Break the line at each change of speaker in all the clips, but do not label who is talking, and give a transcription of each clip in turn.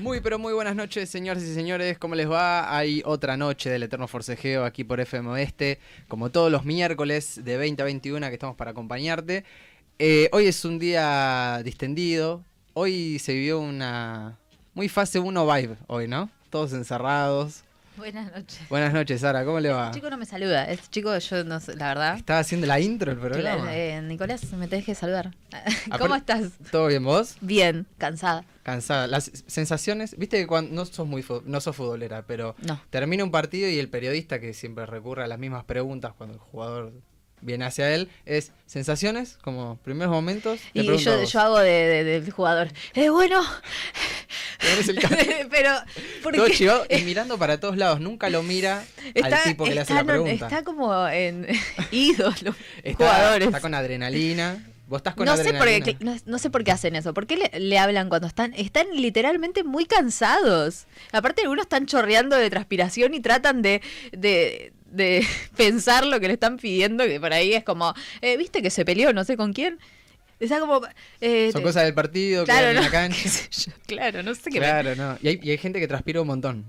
Muy, pero muy buenas noches, señores y señores. ¿Cómo les va? Hay otra noche del Eterno Forcejeo aquí por FM Oeste, como todos los miércoles de 20 a 21 que estamos para acompañarte. Eh, hoy es un día distendido. Hoy se vivió una muy fase 1 vibe, hoy, ¿no? Todos encerrados.
Buenas noches.
Buenas noches, Sara. ¿Cómo le va?
Este chico no me saluda. Este chico, yo no sé, la verdad.
Estaba haciendo la intro el Este programa. Ah,
Eh, Nicolás, me tenés que saludar. ¿Cómo
Aparte-
estás?
¿Todo bien vos?
Bien, cansada.
Cansada. Las sensaciones, viste que cuando no sos muy fu- no sos futbolera, pero
No.
termina un partido y el periodista que siempre recurre a las mismas preguntas cuando el jugador viene hacia él es sensaciones como primeros momentos. te
Y
pregunto a
yo,
vos.
yo hago de, de- del jugador. Eh, bueno.
Pero es el caso.
Pero, ¿por
Todo
qué?
chivado y mirando para todos lados, nunca lo mira al tipo que le hace
está
la
no-
pregunta.
está como en ídolos los
Está-
jugadores.
está con adrenalina. Vos estás con
no sé, por
adrenalina.
qué, no, no sé por qué hacen eso. ¿Por qué le, le hablan cuando están? Están literalmente muy cansados. Aparte, algunos están chorreando de transpiración y tratan de, de, de pensar lo que le están pidiendo, que por ahí es como, eh, ¿viste que se peleó no sé con quién? Está como... eh,
Son
te-
cosas del partido, que
claro,
van en
no,
la cancha.
qué sé yo, claro, no sé qué... me-
Claro, no. Y hay, y hay gente que transpira un montón.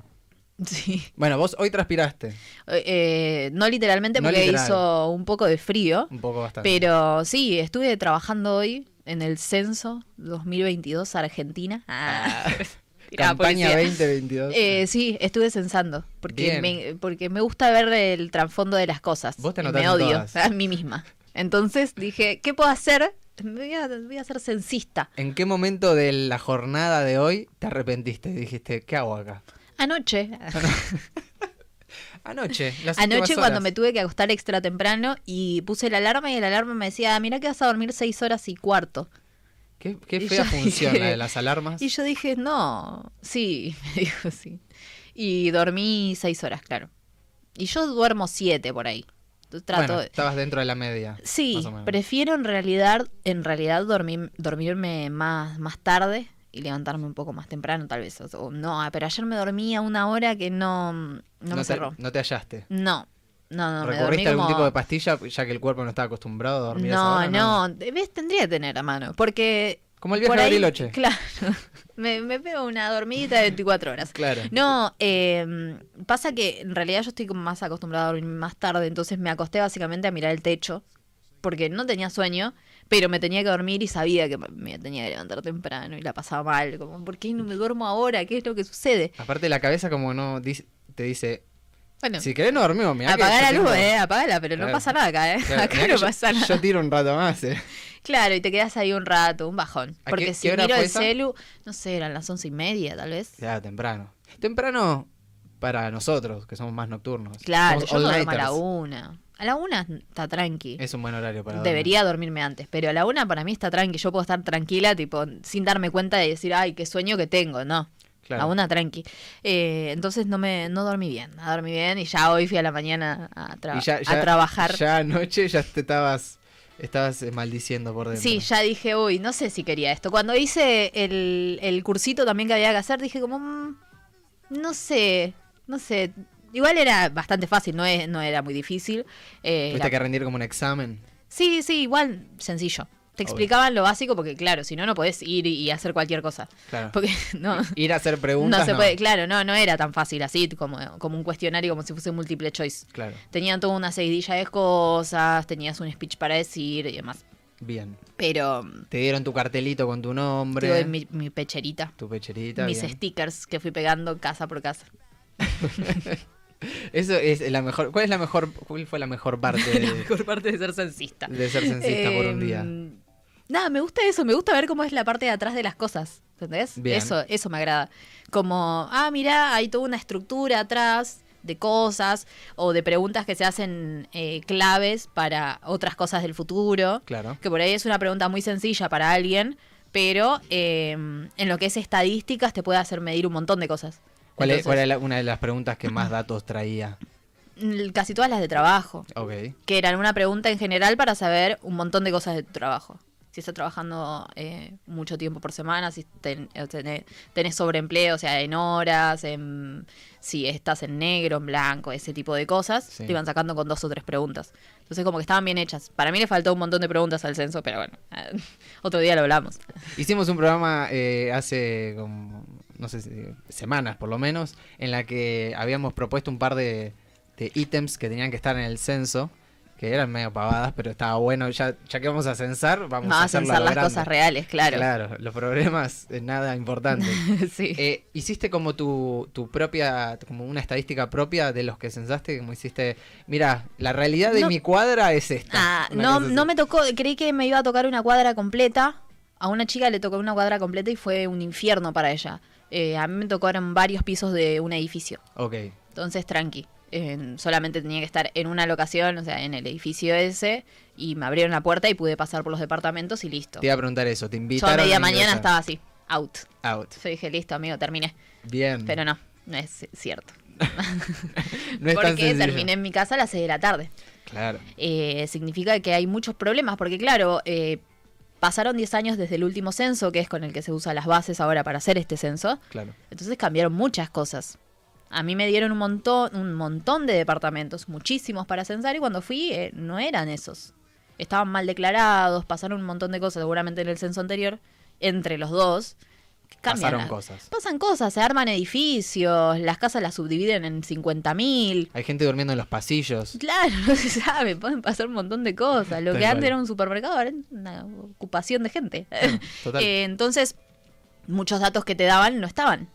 Sí.
Bueno, vos hoy transpiraste
Eh, no literalmente
No
porque
literal.
hizo un poco de frío,
un poco bastante.
pero sí, estuve trabajando hoy en el censo 2022 Argentina. Ah. Tirá,
Campaña
policía.
2022.
Eh, sí, estuve censando. Porque
Bien.
me, porque me gusta ver el trasfondo de las cosas.
Vos te
y
anotás
me
en
odio
todas.
a mí misma. Entonces dije, ¿qué puedo hacer? Me Voy a, voy a ser censista.
¿En qué momento de la jornada de hoy te arrepentiste? Dijiste, ¿qué hago acá?
Anoche.
Anoche. las últimas
Anoche
horas.
cuando me tuve que acostar extra temprano y puse la alarma y el alarma me decía, mira que vas a dormir seis horas y cuarto.
Qué, qué
Y
fea
yo
función
dije-
la de las alarmas.
Y yo dije, no, sí, me dijo sí. Y dormí seis horas, claro. Y yo duermo siete por ahí. Trato,
Bueno, estabas dentro de la media.
Sí,
más o menos.
prefiero en realidad, en realidad dormir, dormirme más, más tarde y levantarme un poco más temprano, tal vez. O, o no, ah, pero ayer me dormí a una hora que no, no, me
te,
cerró.
No te hallaste.
No, no, no, me dormí
¿Recurriste a algún
como-
tipo de pastilla ya que el cuerpo no estaba acostumbrado a dormir a esa
no,
hora,
no, ¿ves? tendría que tener a mano, porque...
Como el viaje
por
de
ahí-
Bariloche.
Claro, me, me pego una dormidita de 24 horas.
Claro.
No, eh, pasa que en realidad yo estoy como más acostumbrada a dormir más tarde, entonces me acosté básicamente a mirar el techo, porque no tenía sueño, pero me tenía que dormir y sabía que me tenía que levantar temprano y la pasaba mal, como, ¿por qué no me duermo ahora? ¿Qué es lo que sucede?
Aparte la cabeza como no dice- te dice,
Bueno,
si querés no dormimos, mirá que
apagá
yo
la luz,
tengo-
eh, apagala, pero
Claro.
no pasa nada acá, eh.
Claro, mirá
acá
que
no
yo-
pasa nada.
Yo tiro un rato más, eh.
Claro, y te quedas ahí un rato, un bajón.
¿A
Porque
qué-
si
qué hora
miro
fue
el
esa?
celu, no sé, eran las once y media tal vez.
Ya, temprano. Temprano para nosotros, que somos más nocturnos.
Claro,
Somos
yo duermo
all-nighters.
a la una. A la una está tranqui.
Es un buen horario para dormir.
Debería dormirme antes, pero a la una para mí está tranqui. Yo puedo estar tranquila, tipo, sin darme cuenta de decir, ay, qué sueño que tengo. No,
Claro.
a una tranqui. Eh, entonces no me no dormí bien, no dormí bien y ya hoy fui a la mañana a, tra-
Y ya-
a
ya-
trabajar.
Ya anoche ya te estabas, estabas eh, maldiciendo por dentro.
Sí, ya dije, uy, no sé si quería esto. Cuando hice el, el cursito también que había que hacer, dije como, "Mm, no sé, no sé. Igual era bastante fácil, no, es, no era muy difícil. Eh,
Tuviste
la-
que rendir como un examen.
Sí, sí, igual sencillo. Te
Obvio.
explicaban lo básico porque, claro, si no, no podés ir y- y hacer cualquier cosa.
Claro.
Porque no,
Ir a hacer Ah. preguntas.
no se puede, claro, no, no era tan fácil así como, como un cuestionario, como si fuese múltiple choice.
Claro.
Tenían toda una seguidilla de cosas, tenías un speech para decir y demás.
Bien.
Pero
Te dieron tu cartelito con tu nombre.
tuve mi, mi pecherita,
Tu pecherita.
mis
eh. bien.
stickers que fui pegando casa por casa.
Eso es la mejor. ¿Cuál es la mejor? ¿Cuál fue la mejor parte
La
de,
mejor parte de ser censista.
de ser censista por un día?
Em, Nada, me gusta eso, me gusta ver cómo es la parte de atrás de las cosas, ¿entendés?
Bien.
Eso, eso me agrada. Como, ah, mirá, hay toda una estructura atrás de cosas o de preguntas que se hacen eh, claves para otras cosas del futuro.
Claro.
Que por ahí es una pregunta muy sencilla para alguien, pero em, en lo que es estadísticas te puede hacer medir un montón de cosas.
¿Cuál, es,
Entonces,
cuál era la- una de las preguntas que más datos traía?
mm, Casi todas las de trabajo,
Ok.
que eran una pregunta en general para saber un montón de cosas de tu trabajo. si estás trabajando eh, mucho tiempo por semana, si ten- eh, tené- tenés sobreempleo, o sea, en horas, en, si estás en negro, en blanco, ese tipo de cosas,
Sí.
te iban sacando con dos o tres preguntas. Entonces como que estaban bien hechas. Para mí le faltó un montón de preguntas al censo, pero bueno, otro día lo hablamos.
Hicimos un programa eh, hace, como, no sé, si- semanas por lo menos, en la que habíamos propuesto un par de, de ítems que tenían que estar en el censo, que eran medio pavadas, pero estaba bueno, ya, ya que vamos a censar, vamos
Más
a
a
hacerlo a
censar
lo
las
grande.
cosas reales, claro.
Claro, los problemas, eh, nada importante.
sí.
Eh, ¿Hiciste como tu, tu propia, como una estadística propia de los que censaste? Como hiciste, mira, la realidad de
No.
mi cuadra es esta.
Ah,
Una
no,
cosa así.
no me tocó, creí que me iba a tocar una cuadra completa. A una chica le tocó una cuadra completa y fue un infierno para ella. Eh, a mí me tocaron varios pisos de un edificio.
Ok,
Entonces, tranqui. En- solamente tenía que estar en una locación, o sea, en el edificio ese, y me abrieron la puerta y pude pasar por los departamentos y listo.
te iba a preguntar eso, te
Yo a
invitaron.
media
a
mañana
ingresar.
estaba así, out.
Out.
Yo dije, listo, amigo, terminé.
Bien.
Pero no, no es cierto.
No es tan
Porque
sencillo.
terminé en mi casa a las 6 de la tarde.
Claro.
eh, significa que hay muchos problemas, porque claro, eh, pasaron 10 años desde el último censo, que es con el que se usan las bases ahora para hacer este censo,
Claro.
entonces cambiaron muchas cosas. A mí me dieron un montón, un montón de departamentos, muchísimos para censar, y cuando fui eh, no eran esos. Estaban mal declarados, pasaron un montón de cosas, seguramente en el censo anterior, entre los dos. Cambian
Pasaron
las-
cosas.
Pasan cosas, se arman edificios, las casas las subdividen en 50.000.
Hay gente durmiendo en los pasillos.
Claro, no se sabe, pueden pasar un montón de cosas. Lo
Tal
que antes
cual. Ah,
era un supermercado ahora es una ocupación de gente.
Total.
Eh, entonces, muchos datos que te daban no estaban.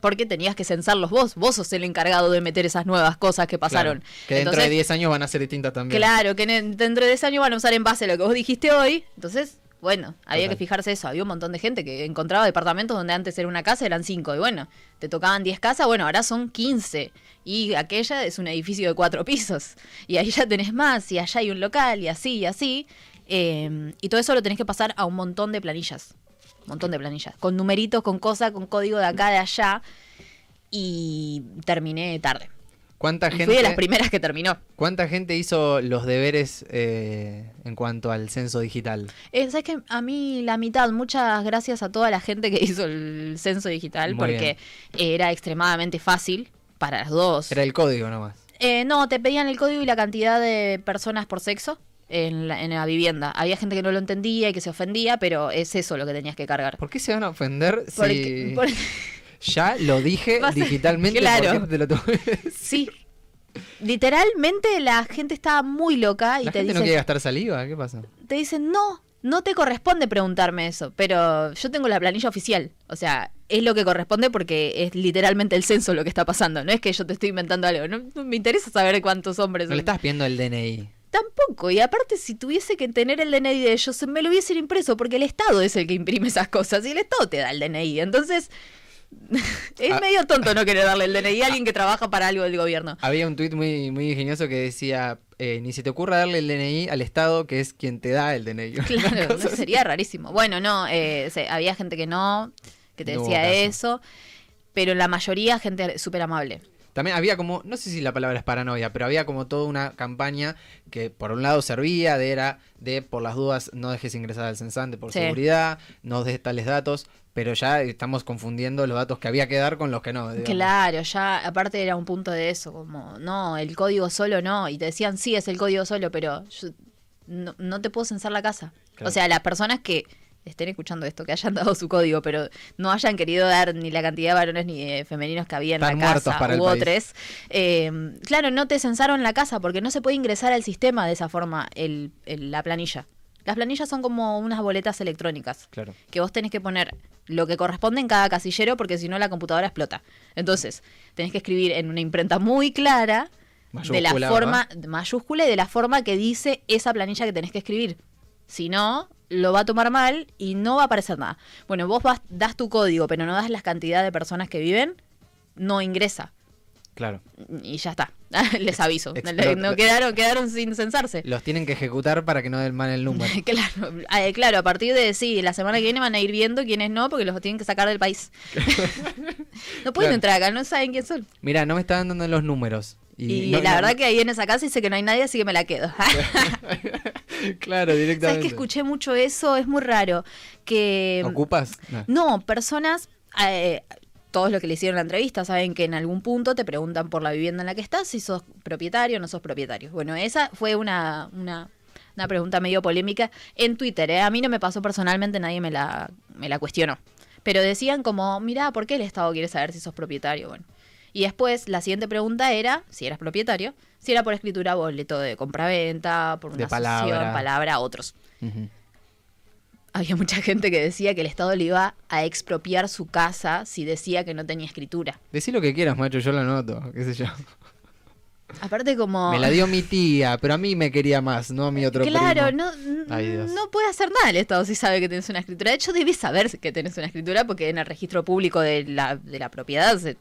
Porque tenías que censarlos vos. Vos sos el encargado de meter esas nuevas cosas que pasaron.
Claro. Que dentro
Entonces,
de 10 años van a ser distintas también.
Claro, que en- dentro de ese año van a usar en base a lo que vos dijiste hoy. Entonces, bueno, había
Total.
que fijarse eso. Había un montón de gente que encontraba departamentos donde antes era una casa, eran cinco. Y bueno, te tocaban 10 casas, bueno, ahora son 15. Y aquella es un edificio de cuatro pisos. Y ahí ya tenés más, y allá hay un local, y así, y así. Eh, y todo eso lo tenés que pasar a un montón de planillas. Un montón de planillas. Con numeritos, con cosas, con código de acá, de allá. Y terminé tarde.
¿Cuánta
Y
gente,
fui de las primeras que terminó.
¿Cuánta gente hizo los deberes eh, en cuanto al censo digital?
Eh, ¿Sabes que A mí la mitad, muchas gracias a toda la gente que hizo el censo digital
Muy
porque era extremadamente fácil para las dos.
Era el código nomás.
Eh, no, te pedían el código y la cantidad de personas por sexo en la, en la vivienda. Había gente que no lo entendía y que se ofendía, pero es eso lo que tenías que cargar.
¿Por qué se van a ofender si
Porque- por-
ya lo dije
Vas a-
digitalmente?
Claro.
¿por qué te lo tuve?
sí. Literalmente la gente estaba muy loca y
La
te
gente
dice
no quiere gastar saliva, ¿qué pasa?
te dicen, no, no te corresponde preguntarme eso, pero yo tengo la planilla oficial. O sea, es lo que corresponde porque es literalmente el censo lo que está pasando. No es que yo te estoy inventando algo. No, no me interesa saber cuántos hombres.
No le
son.
estás pidiendo el DNI.
Tampoco. Y aparte, si tuviese que tener el DNI de ellos, me lo hubiesen impreso porque el Estado es el que imprime esas cosas y el Estado te da el DNI. Entonces. Es
Ah.
medio tonto no querer darle el DNI a alguien que trabaja para algo del gobierno.
Había un tuit muy, muy ingenioso que decía, eh, ni se te ocurra darle el DNI al Estado, que es quien te da el DNI. Una
Claro,
cosa
no, sería rarísimo. Bueno, no, eh, se- había gente que no, que te
No hubo
decía
caso.
eso, pero la mayoría gente súper amable.
También había como, no sé si la palabra es paranoia, pero había como toda una campaña que por un lado servía de era de por las dudas no dejes ingresar al censante por
Sí.
seguridad, no des tales datos, pero ya estamos confundiendo los datos que había que dar con los que no. digamos.
Claro, ya aparte era un punto de eso, como, no, el código solo no, y te decían, sí, es el código solo, pero yo no, no te puedo censar la casa.
Claro.
O sea, las personas que estén escuchando esto, que hayan dado su código, pero no hayan querido dar ni la cantidad de varones ni de femeninos que había en
Están
la
muertos
casa
para el
hubo
país.
tres, eh, claro, no te censaron la casa porque no se puede ingresar al sistema de esa forma el- el- la planilla. Las planillas son como unas boletas electrónicas
Claro.
que vos tenés que poner lo que corresponde en cada casillero porque si no la computadora explota. Entonces, tenés que escribir en una imprenta muy clara de
Mayúscula,
la forma mayúscula y de la forma que dice esa planilla que tenés que escribir. Si no, lo va a tomar mal y no va a aparecer nada. Bueno, vos vas- das tu código, pero no das la cantidad de personas que viven, no ingresa.
Claro.
Y ya está. Les aviso.
explota.
No quedaron, quedaron sin censarse.
Los tienen que ejecutar para que no den mal el número.
Claro, ah, eh, claro, a partir de sí, la semana que viene van a ir viendo quiénes no, porque los tienen que sacar del país. no pueden
Claro.
entrar acá, no saben quién son.
Mira, no me están dando los números.
Y,
no-
la
no-
verdad que ahí en esa casa dice que no hay nadie, así que me la quedo.
Claro,
¿Sabes
directamente.
que escuché mucho eso? Es muy raro. Que.
¿Ocupas? No.
Em, No, personas. eh, todos los que le hicieron la entrevista saben que en algún punto te preguntan por la vivienda en la que estás, si sos propietario o no sos propietario. Bueno, esa fue una, una, una pregunta medio polémica en Twitter. ¿eh? A mí no me pasó personalmente, nadie me la, me la cuestionó. Pero decían como, mirá, ¿por qué el Estado quiere saber si sos propietario? Bueno. Y después la siguiente pregunta era, si eras propietario, si era por escritura boleto de compraventa, por una
De
asociación,
palabra.
palabra, otros
Ujú.
había mucha gente que decía que el Estado le iba a expropiar su casa si decía que no tenía escritura.
Decí lo que quieras, macho, yo lo noto, qué sé yo.
Aparte como...
Me la dio mi tía, pero a mí me quería más, no a mi otro
claro,
primo.
no,
Ay, Dios.
no puede hacer nada el Estado si sabe que tenés una escritura. De hecho, debes saber que tenés una escritura porque en el registro público de la, de la propiedad se,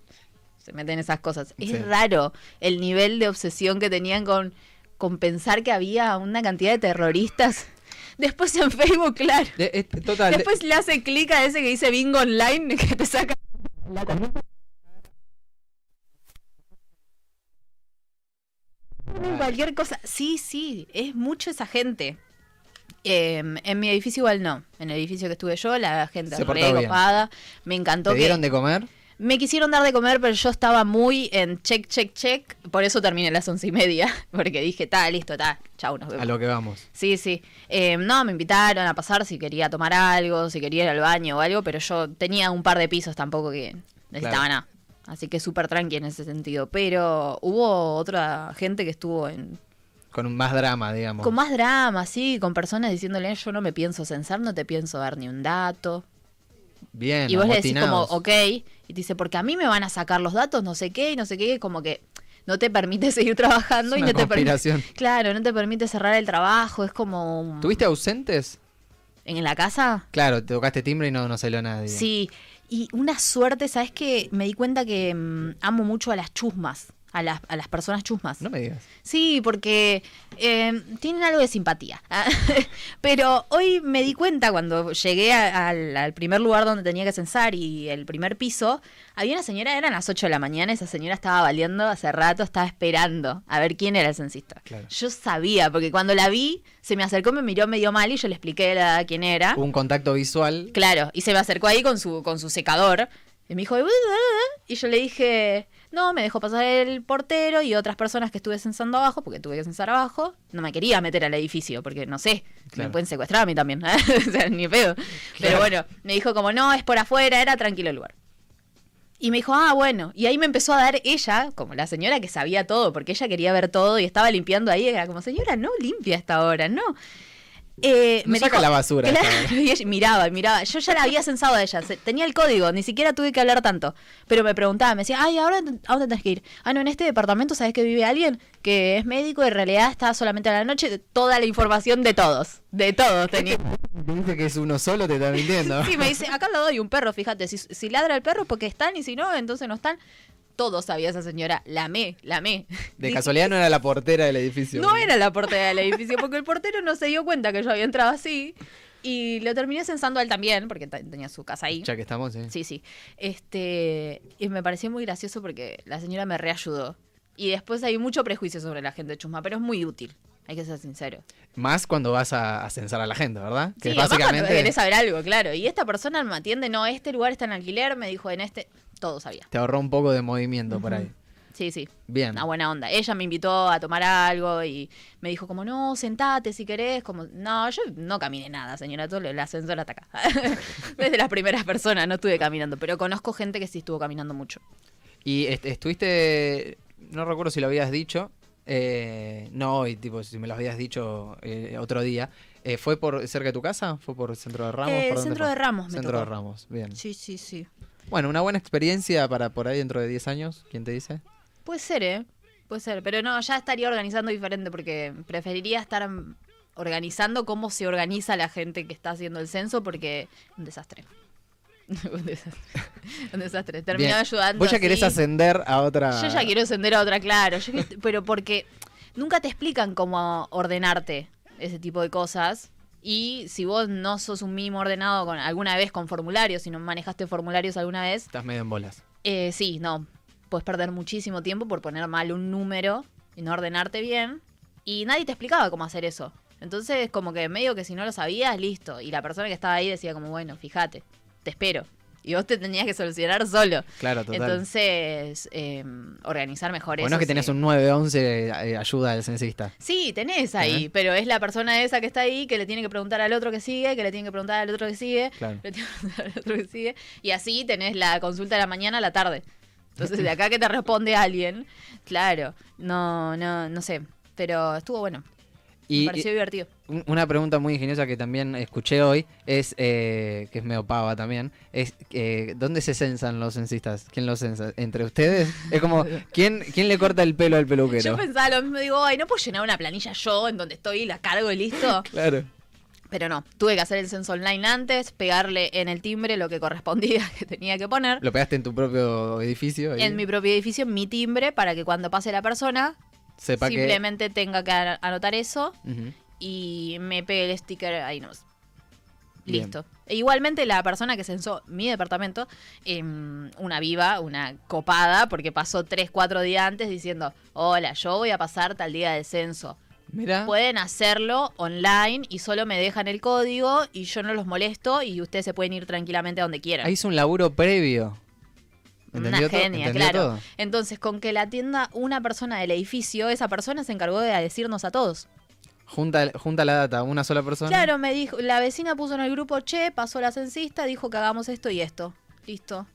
se meten esas cosas. Es
Sí.
raro el nivel de obsesión que tenían con, con pensar que había una cantidad de terroristas. Después en Facebook, claro.
De- es- total, de-
Después le hace clic a ese que dice bingo online que te saca...
ah,
Cualquier cosa. Sí, sí, es mucho esa gente. Eh, en mi edificio igual no. En el edificio que estuve yo, la gente
Se
re
portó bien.
copada. Me encantó
¿Te
que-
dieron de comer?
Me quisieron dar de comer, pero yo estaba muy en check, check, check. Por eso terminé a las once y media. Porque dije, está, listo, está. Chau, nos
A
vemos.
lo que vamos.
Sí, sí. Eh, no, me invitaron a pasar si quería tomar algo, si quería ir al baño o algo, pero yo tenía un par de pisos tampoco que necesitaba
Claro.
nada. Así que súper tranqui en ese sentido. Pero hubo otra gente que estuvo en
Con un más drama, digamos.
con más drama, sí, con personas diciéndole, yo no me pienso censar, no te pienso dar ni un dato.
Bien,
y vos le decís como,
amotinados.
ok, y te dice, porque a mí me van a sacar los datos, no sé qué, y no sé qué, y como que no te permite seguir trabajando
Es
y
una
no te permite...
conspiración.
Claro, no te permite cerrar el trabajo, es como... un-
¿Tuviste ausentes?
¿En la casa?
Claro, te tocaste timbre y no, no salió nadie.
Sí, y una suerte, ¿sabes qué? Me di cuenta que mm, amo mucho a las chusmas, a las, a las personas chusmas.
No me digas.
Sí, porque eh, tienen algo de simpatía. Ah, Pero hoy me di cuenta cuando llegué a- al, al primer lugar donde tenía que censar y el primer piso, había una señora, eran las 8 de la mañana, esa señora estaba valiendo hace rato, estaba esperando a ver quién era el censista.
Claro.
Yo sabía, porque cuando la vi, se me acercó, me miró medio mal y yo le expliqué la- quién era.
Hubo un contacto visual.
Claro, y se me acercó ahí con su, con su secador. Y me dijo, "Eh, eh, eh", y yo le dije, no, me dejó pasar el portero y otras personas que estuve censando abajo, porque tuve que censar abajo. No me quería meter al edificio, porque no sé,
Claro.
me pueden secuestrar a mí también. ¿eh? o sea, ni pedo. Pero bueno, me dijo como, no, es por afuera, era tranquilo el lugar. Y me dijo, ah, bueno. Y ahí me empezó a dar ella, como la señora que sabía todo, porque ella quería ver todo y estaba limpiando ahí. Era como, señora, no limpia a esta hora, no. Eh,
No saca la basura a esta
Claro, y ella miraba, miraba. Yo ya la había censado a ella. se- Tenía el código, ni siquiera tuve que hablar tanto. Pero me preguntaba, me decía, ay, ¿ahora dónde- a dónde tenés que ir? Ah, no, en este departamento sabes que vive alguien que es médico y en realidad está solamente a la noche. Toda la información de todos. De todos tenía.
Te dice que es uno solo, te está mintiendo.
Sí, me dice, acá al lado hay un perro, fíjate, si, si ladra el perro porque están y si no, entonces no están. Todo sabía esa señora, la amé, la amé.
De
Dije,
casualidad no era la portera del edificio.
No era la portera del edificio, porque el portero no se dio cuenta que yo había entrado así. Y lo terminé censando a él también, porque ta- tenía su casa ahí.
Ya que estamos, ¿eh?
Sí, sí. Este, y me pareció muy gracioso porque la señora me reayudó. Y después hay mucho prejuicio sobre la gente chusma, pero es muy útil. Hay que ser sincero.
Más cuando vas a, a censar a la gente, ¿verdad?
Sí,
es
además cuando querés saber algo, claro. Y esta persona me atiende, no, este lugar está en alquiler, me dijo en este. Todo sabía.
te ahorró un poco de movimiento por ahí.
Sí, sí.
Bien.
Una buena onda. Ella me invitó a tomar algo y me dijo como, no, sentate si querés. Como, no, yo no caminé nada, señora. Todo el ascensor hasta acá. Desde las primeras personas no estuve caminando, pero conozco gente que sí estuvo caminando mucho.
Y est- estuviste, no recuerdo si lo habías dicho, eh, no hoy, tipo, si me lo habías dicho eh, otro día. Eh, ¿Fue por cerca de tu casa? ¿Fue por Centro de Ramos?
Eh,
¿Por dónde
Centro
fue?
de Ramos me
Centro de
tocó.
Ramos, bien.
Sí, sí, sí.
Bueno, una buena experiencia para por ahí dentro de 10 años, ¿quién te dice?
Puede ser, ¿eh? Puede ser. Pero no, ya estaría organizando diferente porque preferiría estar mm, organizando cómo se organiza la gente que está haciendo el censo porque un desastre. un desastre. un desastre. Terminaba
Bien.
ayudando.
Vos ya
así.
querés ascender a otra...
Yo ya quiero ascender a otra, claro. Yo que- pero porque nunca te explican cómo ordenarte ese tipo de cosas. Y si vos no sos un mínimo ordenado con alguna vez con formularios, si no manejaste formularios alguna vez,
Estás medio en bolas.
eh, sí, no. Puedes perder muchísimo tiempo por poner mal un número y no ordenarte bien. Y nadie te explicaba cómo hacer eso. Entonces, como que medio que si no lo sabías, listo. Y la persona que estaba ahí decía como, bueno, fíjate, te espero. Y vos te tenías que solucionar solo.
Claro, total.
Entonces, eh, organizar mejor
bueno,
eso.
es que tenés
sí.
un 911 eh, ayuda al censista.
Sí, tenés ahí,
Ajá.
pero es la persona esa que está ahí que le tiene que preguntar al otro que sigue, que le tiene que preguntar al otro que sigue,
Claro.
le tiene que preguntar al otro que sigue. Y así tenés la consulta de la mañana a la tarde. Entonces, de acá que te responde alguien, claro, no, no, no sé. Pero estuvo bueno, me
Y,
pareció divertido.
Un- Una pregunta muy ingeniosa que también escuché hoy es, eh, que es medio pava también, es eh, ¿dónde se censan los censistas? ¿Quién los censa? ¿Entre ustedes? Es como, ¿quién, quién le corta el pelo al
Yo
peluquero?
pensaba lo mismo, digo, ay, no puedo llenar una planilla yo en donde estoy y la cargo y listo.
Claro.
Pero no, tuve que hacer el censo online antes, pegarle en el timbre lo que correspondía que tenía que poner.
¿Lo pegaste en tu propio edificio? y
En mi propio edificio, en mi timbre, para que cuando pase la persona,
sepa que-
simplemente tenga que an- anotar eso
Ujú.
y me pegue el sticker ahí nomás.
Bien.
Listo. E igualmente la persona que censó mi departamento, em, una viva, una copada, porque pasó 3, 4 días antes diciendo, hola, yo voy a pasar tal día del censo.
Mirá,
Pueden hacerlo online y solo me dejan el código y yo no los molesto y ustedes se pueden ir tranquilamente a donde quieran.
ahí hizo un laburo previo. ¿Entendió todo?
una genia,
¿Entendió
claro.
todo?
Entonces, con que la atienda una persona del edificio, esa persona se encargó de decirnos a todos.
Junta, junta la data, una sola persona.
Claro, me dijo, la vecina puso en el grupo, che, pasó la censista, dijo que hagamos esto y esto. Listo.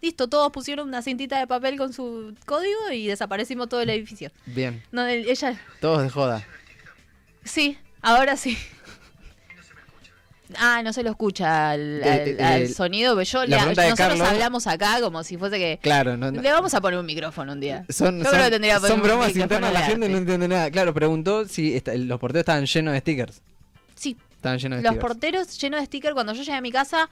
Listo, todos pusieron una cintita de papel con su código y desaparecimos todo el edificio.
Bien,
No, el- ella,
todos de joda.
sí, ahora sí. Ah, no se lo escucha al,
Eh,
al-
eh,
al
eh,
sonido, pero
la
yo le-
pregunta de
nosotros
Carlos-
hablamos acá como si fuese que...
Claro, no, no-
Le vamos a poner un micrófono un día.
Son,
Yo creo que
son-
tendría que poner
son
un
bromas
micrófono
internas, la
de
gente
arte.
no entiende nada. Claro, preguntó si esta- los porteros estaban llenos de stickers.
Sí,
Estaban llenos de
Los
stickers.
porteros llenos de sticker. Cuando yo llegué a mi casa,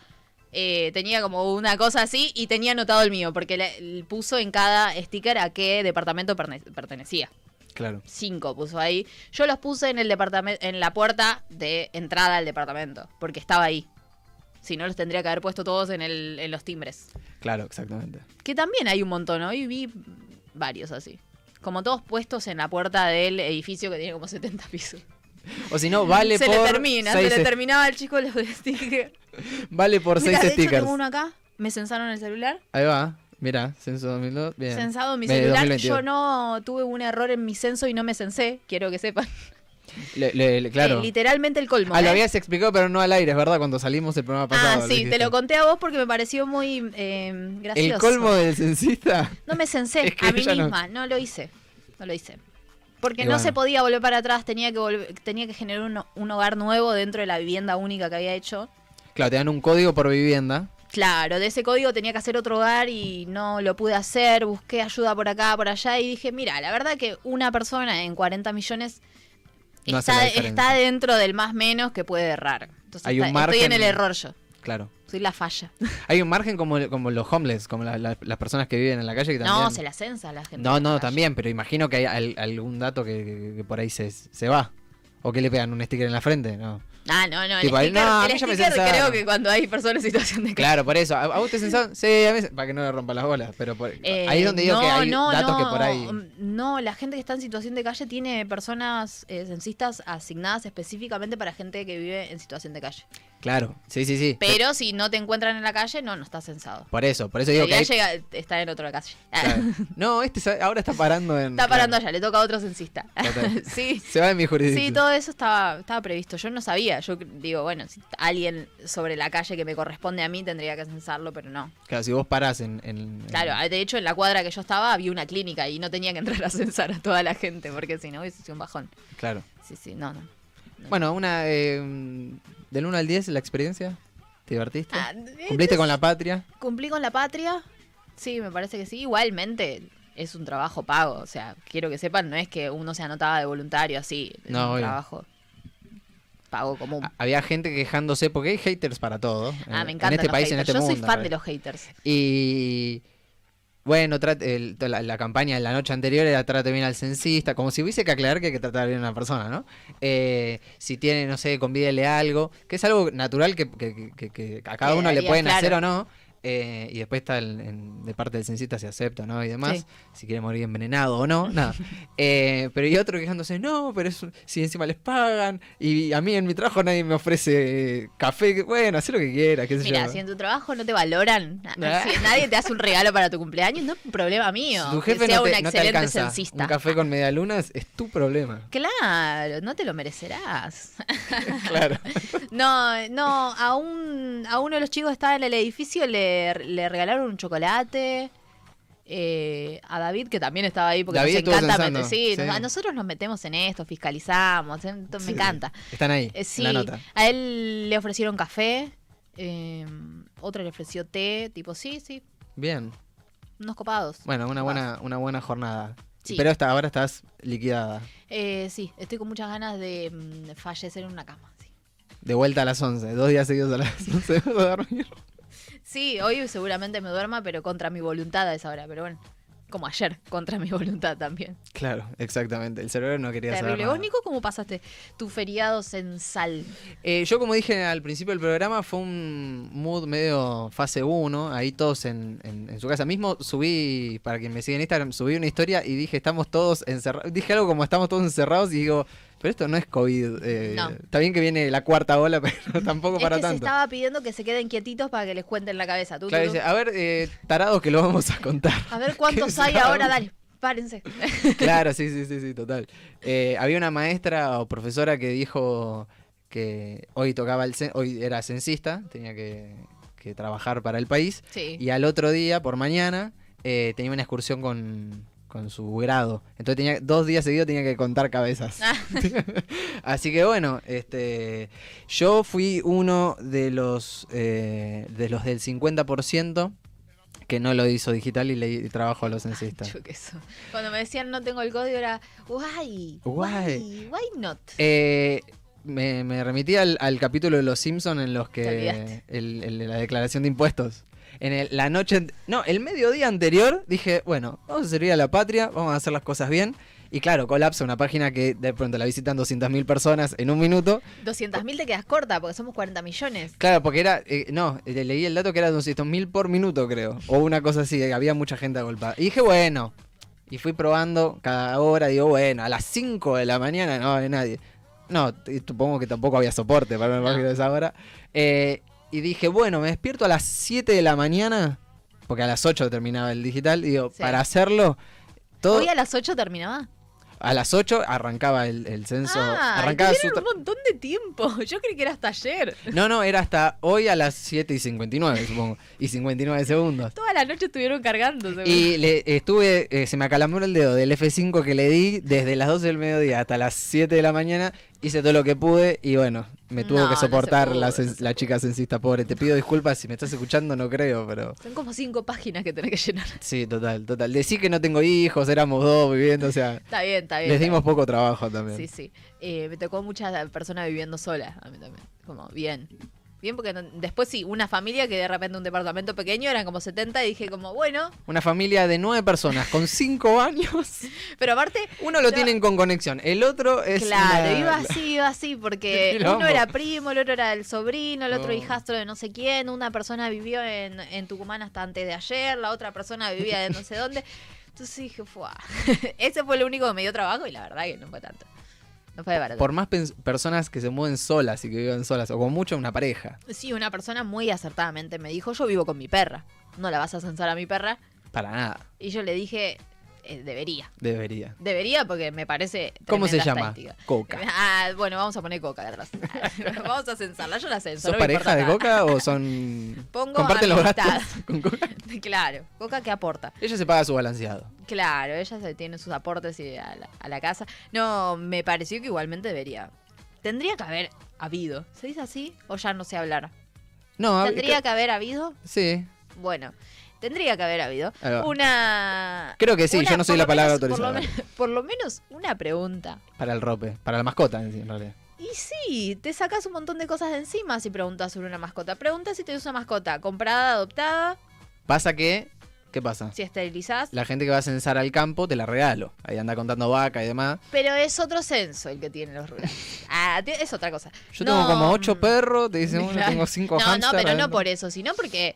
eh, tenía como una cosa así y tenía anotado el mío, porque le, le puso en cada sticker a qué departamento perne- pertenecía.
Claro.
Cinco puso ahí. Yo los puse en el departamento, en la puerta de entrada al departamento, porque estaba ahí. Si no, los tendría que haber puesto todos en, el, en los timbres.
Claro, exactamente.
Que también hay un montón, hoy vi varios así. Como todos puestos en la puerta del edificio que tiene como 70 pisos.
O si no, vale
se
por.
le termina, se
seis
le
est-
terminaba al chico los stickers.
Vale por 6
Mira, de hecho
stickers.
tengo uno acá. Me censaron el celular.
Ahí va. Mira, censo 2002. Bien.
Censado mi
Ve,
celular.
2022.
Yo no tuve un error en mi censo y no me censé. Quiero que sepan.
Le- le- le- claro.
Eh, literalmente el colmo.
ah, lo
¿eh?
habías explicado, pero no al aire, es verdad, cuando salimos el programa pasado.
Ah, sí, te
dijiste.
lo conté a vos porque me pareció muy eh, gracioso.
El colmo del censista.
No me censé
Es que
a mí
ella no-
misma. No. lo hice. No lo hice. Porque
Y
no
bueno.
se podía volver para atrás. Tenía que, volver- tenía que generar un, un hogar nuevo dentro de la vivienda única que había hecho.
Claro, te dan un código por vivienda.
Claro, de ese código tenía que hacer otro hogar y no lo pude hacer, busqué ayuda por acá, por allá y dije, mira, la verdad que una persona en 40 millones
No hace la
está,
diferencia.
está dentro del más menos que puede errar. Entonces
Hay un
está- estoy
margen-
en el error yo,
Claro.
soy la falla.
Hay un margen como, como los homeless, como la- la- las personas que viven en la calle que también.
No, se la censa a la gente.
No,
en la
no,
calle.
también, pero imagino que hay al- algún dato que, que- que por ahí se, se va. O que le pegan un sticker en la frente, ¿no?
Ah, no, no, el
Tipo, ahí,
sticker,
no, a
el
mí ya me
sticker
censaron.
creo que cuando hay personas en situación de
Claro, por eso. ¿A, a vos te sensaron? Sí, a veces. Para que no le rompa las bolas, pero por-
Eh,
ahí es donde digo que
no,
hay
no,
datos
no, Mm.
que por ahí.
No, la gente que está en situación de calle tiene personas eh, censistas asignadas específicamente para gente que vive en situación de calle.
Claro, sí, sí, sí.
Pero si no te encuentran en la calle, no, no estás censado.
Por eso, por eso digo que
Ya
hay-
llega, está en otra calle. Ah,
claro. No, este sa- ahora está parando en.
Está parando
claro.
allá, le toca a otro censista.
Total.
sí.
Se va en mi jurisdicción.
Sí, todo eso estaba, estaba previsto. Yo no sabía. Yo cre- digo, bueno, si alguien sobre la calle que me corresponde a mí tendría que censarlo, pero no.
Claro, si vos parás en. en- en-
Claro, de hecho en la cuadra que yo estaba había una clínica y no tenía que entrar a censar a toda la gente, porque si no hubiese sido un bajón.
claro.
Sí, sí, no, no.
Bueno, una. eh, del 1 al 10, la experiencia. ¿Te divertiste?
Ah, eh,
¿Cumpliste con la patria?
¿Cumplí con la patria? Sí, me parece que sí. Igualmente es un trabajo pago. O sea, quiero que sepan, no es que uno se anotaba de voluntario así. es
No,
un
obvio.
trabajo pago común.
Ah, Había gente quejándose porque hay haters para todo.
Ah,
en-
me encantan
En este
los
país, en
haters.
este
Yo
mundo.
soy fan
en
de
realidad.
los haters.
Y. Bueno, trat- el- la, la campaña de la noche anterior era trate bien al censista, como si hubiese que aclarar que hay que tratar bien a una persona, ¿no? Eh, si tiene, no sé, convídele algo, que es algo natural que, que- que- que a cada
Que
uno le
haría,
pueden
claro.
hacer o no. Eh, y después está el- en- de parte del censista si acepta o no y demás, si quiere morir envenenado o no, nada. Eh, pero hay otro quejándose, no, pero es, un- si encima les pagan y a mí en mi trabajo nadie me ofrece eh, café, que- bueno, hacé lo que quieras, qué sé
Mira,
yo.
si en tu trabajo no te valoran,
Nah.
na- si nadie te hace un regalo para tu cumpleaños, no es un problema mío.
tu
que
jefe
sea
no te,
un
no te
excelente
alcanza
censista.
un café con medialunas es tu problema.
Claro, no te lo merecerás.
Claro.
No, no, a, un, a uno de los chicos que estaba en el edificio le, le regalaron un chocolate. Eh, a David, que también estaba ahí, porque
David
nos
estuvo
encanta
pensando,
meter- sí, nos-
sí.
a nosotros nos metemos en esto, fiscalizamos, en- me
Sí.
encanta.
Están ahí,
Eh, sí,
en la nota.
a él le ofrecieron café, eh, otro le ofreció té, tipo, sí, sí,
Bien.
unos copados.
Bueno, una buena, una buena jornada.
Sí.
Pero hasta ahora estás liquidada.
Eh, sí, estoy con muchas ganas de mm, fallecer en una cama. Sí.
De vuelta a las 11, dos días seguidos a las 11 vas a dormir.
Sí, hoy seguramente me duerma, pero contra mi voluntad a esa hora. Pero bueno, como ayer, contra mi voluntad también.
Claro, exactamente. El cerebro no quería saber
Terrible.
nada.
¿Vos, Nico, cómo pasaste tu feriado censal?
Eh, yo, como dije al principio del programa, fue un mood medio fase 1, ahí todos en, en- en su casa. Mismo subí, para quien me sigue en Instagram, subí una historia y dije, estamos todos encerrados. Dije algo como, estamos todos encerrados y digo, pero esto no es COVID. eh,
No.
Está bien que viene la cuarta ola, pero tampoco
Es
para
que se
tanto.
estaba pidiendo que se queden quietitos para que les cuenten la cabeza. Tú,
Claro,
tú, tú.
dice, a ver, eh, tarados que lo vamos a contar.
A ver cuántos
¿Qué
hay
sabe?
ahora, dale, párense.
Claro, sí, sí, sí, sí, total. Eh, había una maestra o profesora que dijo que hoy tocaba el cen- hoy era censista, tenía que, que trabajar para el país,
Sí.
y al otro día, por mañana, eh, tenía una excursión con, con su grado. Entonces tenía dos días seguidos tenía que contar cabezas.
Ah.
Así que bueno, este yo fui uno de los eh, de los del 50% que no lo hizo digital y le di trabajo a los censistas.
Yo qué sé. Cuando me decían no tengo el código era why,
Why?
why, why not.
Eh, me, me remití al, al capítulo de Los Simpson en los
Te
que
olvidaste.
el, el de la declaración de impuestos. En el- la noche, ant- no, el mediodía anterior dije, bueno, vamos a servir a la patria, vamos a hacer las cosas bien. Y claro, colapsa una página que de pronto la visitan 200.000 personas en un minuto.
200.000 te quedas corta porque somos 40 millones.
Claro, porque era, eh, no, le- leí el dato que era 200.000 por minuto, creo. O una cosa así, eh, había mucha gente agolpada. Y dije, bueno, y fui probando cada hora, digo, bueno, a las 5 de la mañana no hay nadie. No, t- supongo que tampoco había soporte para una
No.
página de esa hora. Eh, y dije, bueno, me despierto a las 7 de la mañana, porque a las 8 terminaba el digital, y digo,
Sí.
para hacerlo, todo
Hoy a las 8 terminaba.
a las 8 arrancaba el, el censo.
ah,
arrancaba su
tuvieron
tra-
un montón de tiempo. Yo creí que era hasta ayer.
No, no, era hasta hoy a las 7 y 59, supongo. Y 59 segundos.
Toda la noche estuvieron cargando. seguro.
Y le estuve, eh, se me acalambró el dedo del F5 que le di desde las 12 del mediodía hasta las 7 de la mañana. Hice todo lo que pude y bueno, me tuvo
No,
que
no se
soportar
pudo,
la,
no
cen-
se
la chica censista pobre. Te pido disculpas si me estás escuchando, no creo, pero.
Son como cinco páginas que tenés que llenar.
Sí, total, total. Decí que no tengo hijos, éramos dos viviendo, o sea,
Está bien, está bien.
les
está
dimos poco trabajo también.
bien. Sí, sí. Eh, me tocó muchas personas viviendo sola. A mí también. Como, bien. Bien, porque no- después sí, una familia que de repente un departamento pequeño eran como 70 y dije como, bueno,
Una familia de nueve personas con cinco años.
pero aparte
Uno lo
Yo-
tienen con conexión, el otro es.
claro,
una-
iba así, iba así, porque
Quilombo.
uno era primo, el otro era el sobrino, el otro
No.
hijastro de no sé quién, una persona vivió en, en Tucumán hasta antes de ayer, la otra persona vivía de no sé dónde. Entonces dije, fue Ese fue lo único que me dio trabajo y la verdad que no fue tanto. No fue de barato.
Por más pens- personas que se mueven solas y que vivan solas, o con mucho una pareja.
Sí, una persona muy acertadamente me dijo, yo vivo con mi perra, no la vas a censar a mi perra.
Para nada,
Y yo le dije, "Eh, debería.
debería.
Debería porque me parece...
¿Cómo se
tremenda
llama?
estadística.
Coca.
Ah, bueno, vamos a poner coca detrás. vamos a censarla, yo la
¿Son
censuro. no me
pareja
importa
de
nada.
Coca o son.?
Pongo
¿Comparten los
amistad.
gastos con Coca?
Claro, Coca que aporta.
Ella se paga su balanceado.
Claro, ella se tiene sus aportes y a, la, a la casa. No, me pareció que igualmente debería. Tendría que haber habido. ¿Se dice así? O ya no sé hablar.
No, hab-
Tendría
cre-
que haber habido.
Sí.
Bueno, tendría que haber habido
Ahí va.
una.
Creo que sí,
una-
yo no soy
por
la palabra
lo menos- por lo
autorizada.
men- Por lo, menos una pregunta.
Para el rope, para la mascota en sí, en realidad.
Y sí, te sacas un montón de cosas de encima si preguntas sobre una mascota. Preguntas si te una mascota comprada, adoptada,
Pasa que. ¿Qué pasa?
si esterilizás.
La gente que va a censar al campo te la regalo. Ahí anda contando vaca y demás.
Pero es otro censo el que tienen los rurales. Ah, te- es otra cosa.
Yo
No,
tengo como ocho
mm,
perros, te dicen, bueno,
claro.
tengo cinco
No, no,
hámster,
pero
adentro.
no por eso, sino porque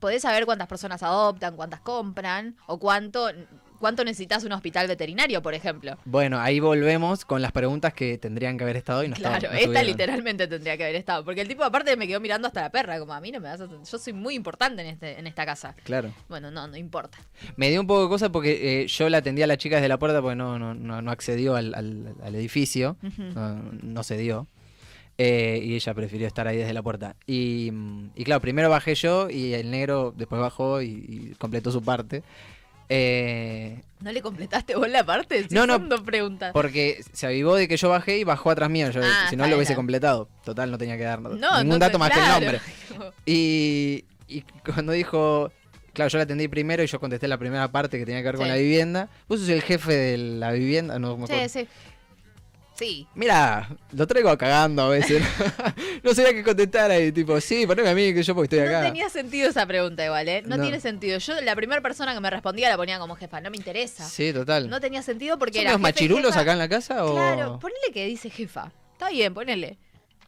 podés saber cuántas personas adoptan, cuántas compran o cuánto, cuánto necesitas un hospital veterinario, por ejemplo.
Bueno, ahí volvemos con las preguntas que tendrían que haber estado y no
Claro,
estaban, no
esta
estuvieron.
literalmente tendría que haber estado. Porque el tipo aparte me quedó mirando hasta la perra, como a mí no me vas a... Yo soy muy importante en, este, en esta casa.
Claro.
Bueno, no, no importa.
Me dio un poco de cosa porque eh, yo la atendí a la chica desde la puerta porque no, no, no, no accedió al, al- al edificio, no, no se dio. Eh, y ella prefirió estar ahí desde la puerta. Y, mm, y claro, primero bajé yo y el negro después bajó y, y completó su parte. Eh,
¿No le completaste vos la parte? Estoy
No, no.
haciendo preguntas.
porque se avivó de que yo bajé y bajó atrás mío. Yo,
Ah,
si no lo
está bien,
hubiese
está bien.
completado. Total, no tenía que dar
No,
ningún
no,
dato más
claro.
que el nombre. Y, y cuando dijo, claro, yo la atendí primero y yo contesté la primera parte que tenía que ver con
Sí.
la vivienda. Vos sos el jefe de la vivienda, no me acuerdo.
Sí, sí. Sí.
Mira, lo traigo cagando a veces. no sería que contestar ahí, tipo, sí, poneme a mí que yo porque estoy
No
acá.
tenía sentido esa pregunta igual, ¿eh? No,
No.
tiene sentido. Yo la primera persona que me respondía la ponía como jefa, no me interesa.
Sí, total.
No tenía sentido porque
¿Son
era
los
jefe,
machirulos
jefa.
acá en la casa o
Claro, ponele que dice jefa. Está bien, ponele.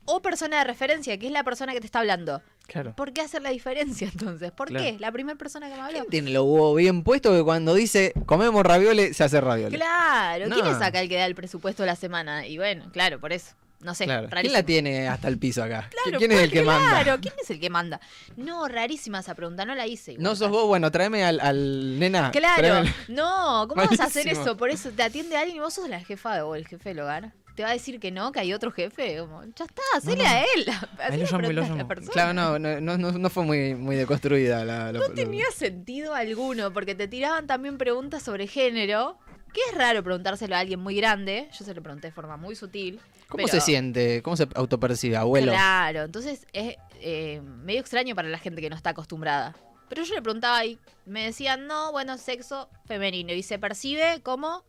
O persona de referencia, que es la persona que te está hablando.
Claro.
¿Por qué hacer la diferencia entonces? ¿Por
Claro.
qué? La primera persona que me habló.
¿Quién tiene los huevos bien puestos que cuando dice comemos ravioles se hace ravioles?
Claro, ¿quién
No.
es acá el que da el presupuesto de la semana? Y bueno, claro, por eso. No sé,
Claro. ¿Quién
rarísimo.
la tiene hasta el piso acá?
Claro,
¿Quién es el
porque-
que manda?
Claro, ¿quién es el que manda? No, rarísima esa pregunta, no la hice. igual.
No sos vos, bueno, tráeme al, al- nena. tráeme
Claro,
al-
no, ¿cómo vas a hacer
Malísimo.
eso? Por eso te atiende alguien y vos sos la jefa de- o el jefe del hogar. Te va a decir que no, que hay otro jefe. Como, ya está, hacele
no.
a él.
Ahí lo llamo y
Hacele la
lo
pregunta a la
llamo.
persona.
Claro, no, no, no- no, no fue muy, muy deconstruida la, la-
No
la-
tenía sentido alguno, porque te tiraban también preguntas sobre género, que es raro preguntárselo a alguien muy grande. Yo se lo pregunté de forma muy sutil.
¿Cómo
pero-
se siente? ¿Cómo se autopercibe, abuelo?
Claro, entonces es eh, medio extraño para la gente que no está acostumbrada. Pero yo le preguntaba y me decían, no, bueno, sexo femenino. Y se percibe como.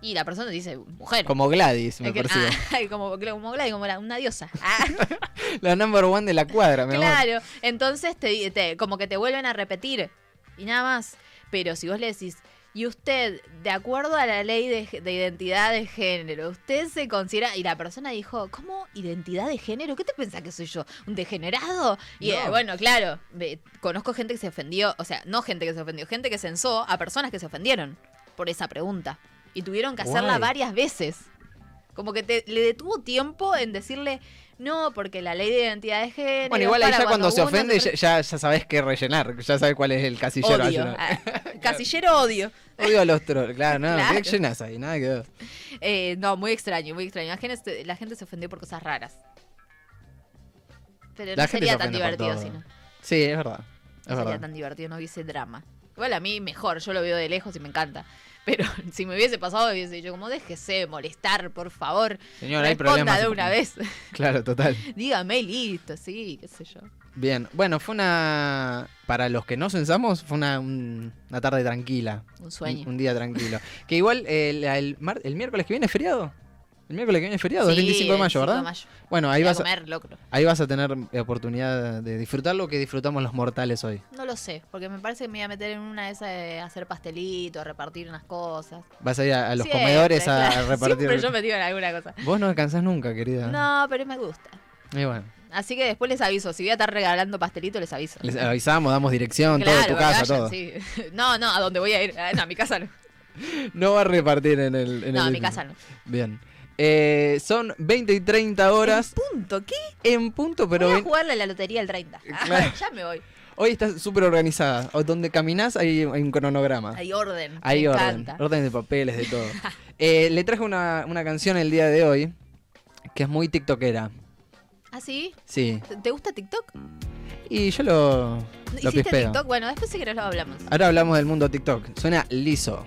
Y la persona dice, mujer.
Como Gladys, me
Es que-
percibo.
ah, como, como Gladys, como la- una diosa. Ah,
La number one de la cuadra, mi amor.
claro. Entonces te, di- te- como que te vuelven a repetir. Y nada más. Pero si vos le decís, y usted, de acuerdo a la ley de, g- de identidad de género, usted se considera. Y la persona dijo, ¿cómo identidad de género? ¿Qué te pensás que soy yo? ¿Un degenerado? Y eh,
No.
bueno, claro, ve- conozco gente que se ofendió, o sea, no gente que se ofendió, gente que censó a personas que se ofendieron por esa pregunta. Y tuvieron que hacerla
Guay.
varias veces. Como que te, le detuvo tiempo en decirle, no, porque la ley de identidad de género.
Bueno, igual ahí
para
ya cuando se
uno
ofende
pre-
ya, ya, ya sabes qué rellenar, ya sabes cuál es el casillero. a
Odio.
llenar.
Ah, Casillero odio.
Odio a los trolls, claro, no,
Claro.
¿qué llenas ahí? Nada que ver.
Eh, no, muy extraño, muy extraño. La gente, se- la gente se ofendió por cosas raras. Pero
La
no
gente
sería
se
tan
ofende por
divertido
todo.
si no.
Sí, es verdad. Es
No sería
verdad.
tan divertido, no hubiese drama. Igual a mí mejor, yo lo veo de lejos y me encanta. Pero si me hubiese pasado, hubiese dicho, como déjese de molestar, por favor.
Señor, hay
Responda
problemas.
de una vez.
Claro, total.
Dígame y listo, sí, qué sé yo.
Bien, bueno, fue una. Para los que no censamos, fue una, un- una tarde tranquila.
Un sueño.
Un, un día tranquilo. que igual eh, la- el, mar- el miércoles que viene es feriado. El miércoles que viene es feriado, es
Sí,
25 de mayo,
25 de
¿verdad?
mayo.
Bueno, ahí
Voy a
vas, a,
comer locro.
ahí vas a tener eh, oportunidad de disfrutar lo que disfrutamos los mortales hoy.
No lo sé, porque me parece que me voy a meter en una de esas de hacer pastelitos, repartir unas cosas.
Vas a ir a, a los
Siempre,
comedores a,
claro.
repartir. Ah.
Siempre yo metido en alguna cosa.
Vos no descansás nunca, querida.
No, pero me gusta.
Y bueno,
Así que después les aviso. Si voy a estar regalando pastelitos, les aviso.
les avisamos, damos dirección,
Claro,
todo, tu
que
casa,
vayan,
todo.
sí. No, no, a dónde voy a ir. Ah, No, a mi casa no.
No va a repartir en el. en
No, a
el
mi
edificio.
casa no.
Bien. Eh, son 20 y 30 horas
Punto. ¿Qué?
en punto, pero
voy a
ven-
jugarle a la lotería el 30. Ah,
Claro.
ya me voy.
hoy estás súper organizada. O donde caminás hay, hay un cronograma.
Hay orden.
Ah. Hay
me
orden.
encanta.
Orden de papeles, de todo. Eh, le traje una, una canción el día de hoy que es muy tiktokera.
¿Ah, sí?
Sí.
¿Te- ¿Te gusta TikTok? ¿No
Y yo lo, lo
¿Hiciste
pispeo.
TikTok? Bueno, después sí que nos lo hablamos.
Ahora hablamos del mundo TikTok. Suena liso.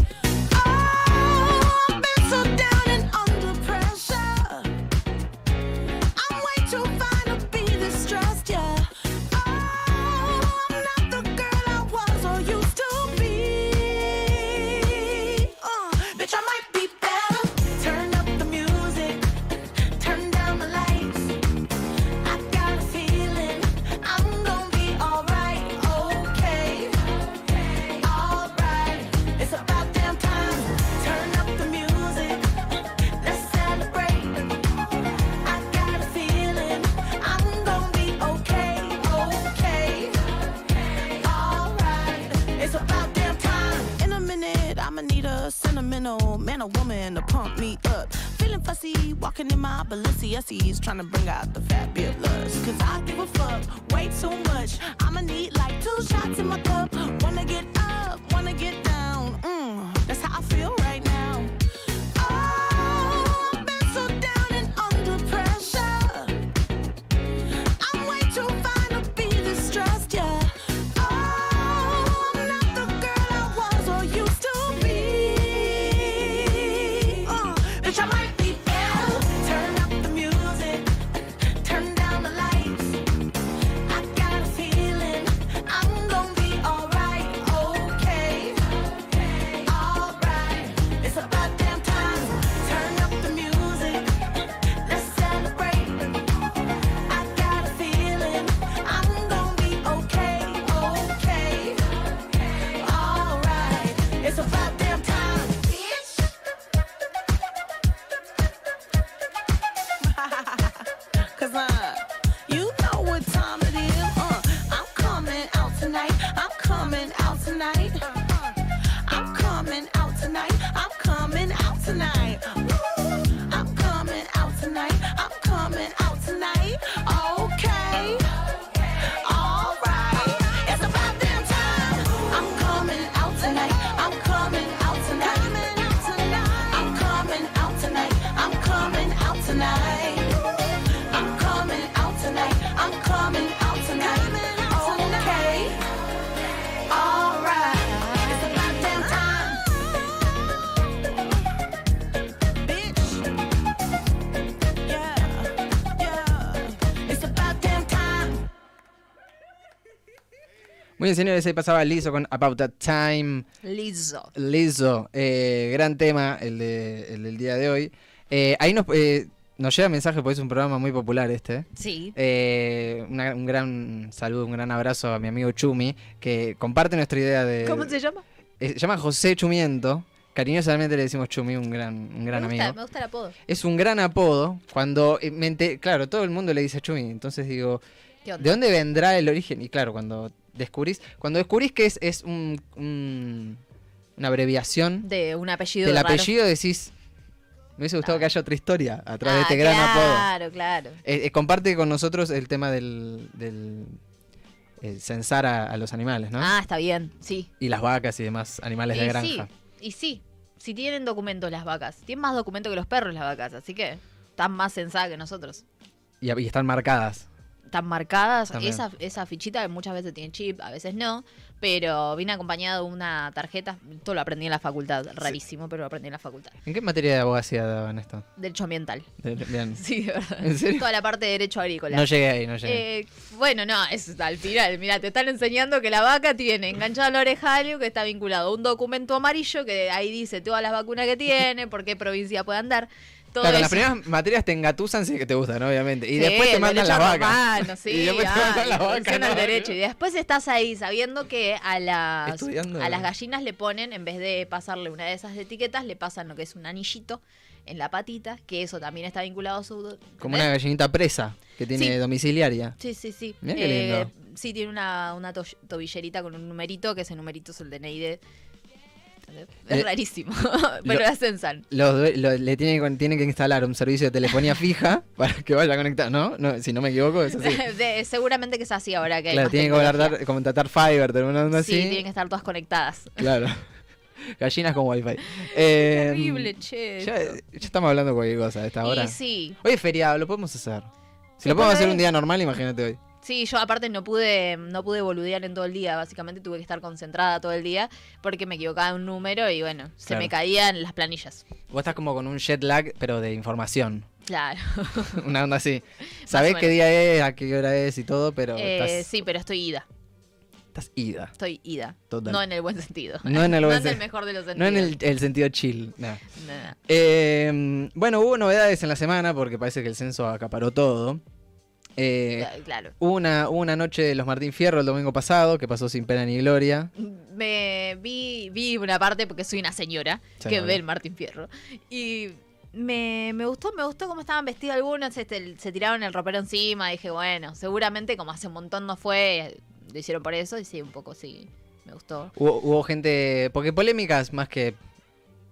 Oh, I've been so down and under pressure. I'm way too fine to be distressed, yeah. Oh, I'm not the girl I was or used to be. Uh, bitch, I might be better. Turn up the music, turn down the an old man or woman to pump me up. Feeling fussy, walking in my Balenciennes, trying to bring out the fabulous. Cause I give a fuck way too much. I'ma need like two shots in my cup. Wanna get up, wanna get down. Mm, that's how I feel right now. Oh, I've been so down and under pressure. I'm way too fine to be distressed, yeah. Oh, I'm not the girl I was or used to be. Uh, bitch, I might be ill. Turn up the music, turn down the lights. I got a feeling I'm gonna be alright, okay, alright. It's about damn time. Turn up the music, let's celebrate. I got a feeling I'm gonna be okay, okay, alright. It's about damn time. Cause uh, you know what time it is. Uh, I'm coming out tonight. I'm coming out tonight. I'm coming out tonight. I'm coming out tonight. I'm coming out tonight. I'm coming out tonight. Okay. All right. It's about damn time. I'm coming out tonight. I'm coming out tonight. I'm coming out tonight. I'm coming out tonight. I'm coming out tonight. I'm coming out tonight. Okay. All right. It's about damn time. Bitch. Yeah. Yeah. It's about damn time.
Muy bien, señores, ahí pasaba Lizzo con About That Time.
Liso.
Lizzo, eh, gran tema el, de- el del día de hoy. Eh, ahí nos, eh, nos llega mensaje porque es un programa muy popular este.
Sí.
Eh, una- un gran saludo, un gran abrazo a mi amigo Chumi, que comparte nuestra idea de...
¿Cómo se llama?
Eh, se llama José Chumiento. Cariñosamente le decimos Chumi, un gran, un gran
me
amigo.
gusta, me gusta el apodo.
Es un gran apodo. Cuando eh, me ente- claro, todo el mundo le dice Chumi, entonces digo,
¿Qué onda?
¿de dónde vendrá el origen? Y claro, cuando descubrís, cuando descubrís que es, es un- un- una abreviación
De un apellido
del
raro.
apellido, decís, me hubiese gustado que haya otra historia a través
Ah,
de este gran apodo.
Claro, claro.
Eh, eh, comparte con nosotros el tema del, del eh, censar a, a los animales, ¿no?
Ah, está bien, sí.
Y las vacas y demás animales de
y
granja.
sí, y sí. Si tienen documentos las vacas. Tienen más documento que los perros las vacas, así que están más sensadas que nosotros.
Y, y están marcadas.
Están marcadas.
También.
Esa, esa fichita que muchas veces tiene chip, a veces no. Pero viene acompañado de una tarjeta. Esto lo aprendí en la facultad. Rarísimo, pero lo aprendí en la facultad.
¿En qué materia de abogacía daban esto?
Derecho ambiental.
De- Bien.
Sí, de verdad.
¿En serio?
Toda la parte de derecho agrícola.
No llegué ahí, no llegué.
Eh, bueno, no, eso está al final. Mira, te están enseñando que la vaca tiene enganchado a la oreja algo que está vinculado a un documento amarillo que ahí dice todas las vacunas que tiene, por qué provincia puede andar. Todo
claro,
eso.
las primeras materias te engatusan si es que te gustan, obviamente. Y
Sí,
después te
el
mandan las
derecho
vacas.
romano, sí,
y después te
ah,
mandan las vacas.
introducción al
¿no?
derecho. Y después estás ahí sabiendo que a las,
Estudiando.
a las gallinas le ponen, en vez de pasarle una de esas etiquetas, le pasan lo que es un anillito en la patita, que eso también está vinculado a su...
Como una gallinita presa que tiene
Sí.
domiciliaria.
Sí, sí, sí. Eh,
Mirá qué lindo.
sí, tiene una, una to- tobillerita con un numerito, que ese numerito es el DNI de... Es
Eh,
rarísimo,
lo-
pero la censan.
Los due- lo- le tienen, que con- tienen que instalar un servicio de telefonía fija para que vaya conectado, ¿no? no si no me equivoco, es así.
De- seguramente que es así ahora que hay
Claro,
más
tienen que contratar,
tecnología.
contratar fiber, tener una onda
Sí,
así.
tienen que estar todas conectadas.
Claro. Gallinas con wifi. Eh,
Terrible, che.
Ya,
esto.
ya estamos hablando cualquier cosa a esta hora.
Y sí,
Hoy es feriado, lo podemos hacer. Si
Se
lo podemos hacer
puede.
un día normal, imagínate hoy.
sí, yo aparte no pude, no pude boludear en todo el día, básicamente tuve que estar concentrada todo el día porque me equivocaba en un número y bueno, se
Claro.
me caían las planillas.
Vos estás como con un jet lag, pero de información.
Claro.
Una onda así. Sabés
o
qué
menos.
día es, a qué hora es y todo, pero
Eh,
estás,
Sí, pero estoy ida.
estás ida.
Estoy ida.
Total.
No en el buen sentido.
No en el buen sen-
mejor de los sentidos.
No en el, el sentido chill. nah.
No, no.
Eh, bueno, hubo novedades en la semana porque parece que el censo acaparó todo. Eh,
Cla- Claro.
hubo una, hubo una noche de los Martín Fierro el domingo pasado que pasó sin pena ni gloria.
Me vi, vi una parte porque soy una señora
Sí,
que
obvio.
ve el Martín Fierro. Y me, me gustó, me gustó cómo estaban vestidos algunos, este, se tiraron el ropero encima, dije, bueno, seguramente como hace un montón no fue, lo hicieron por eso, y sí, un poco sí, me gustó.
Hubo, hubo gente. Porque polémicas más que.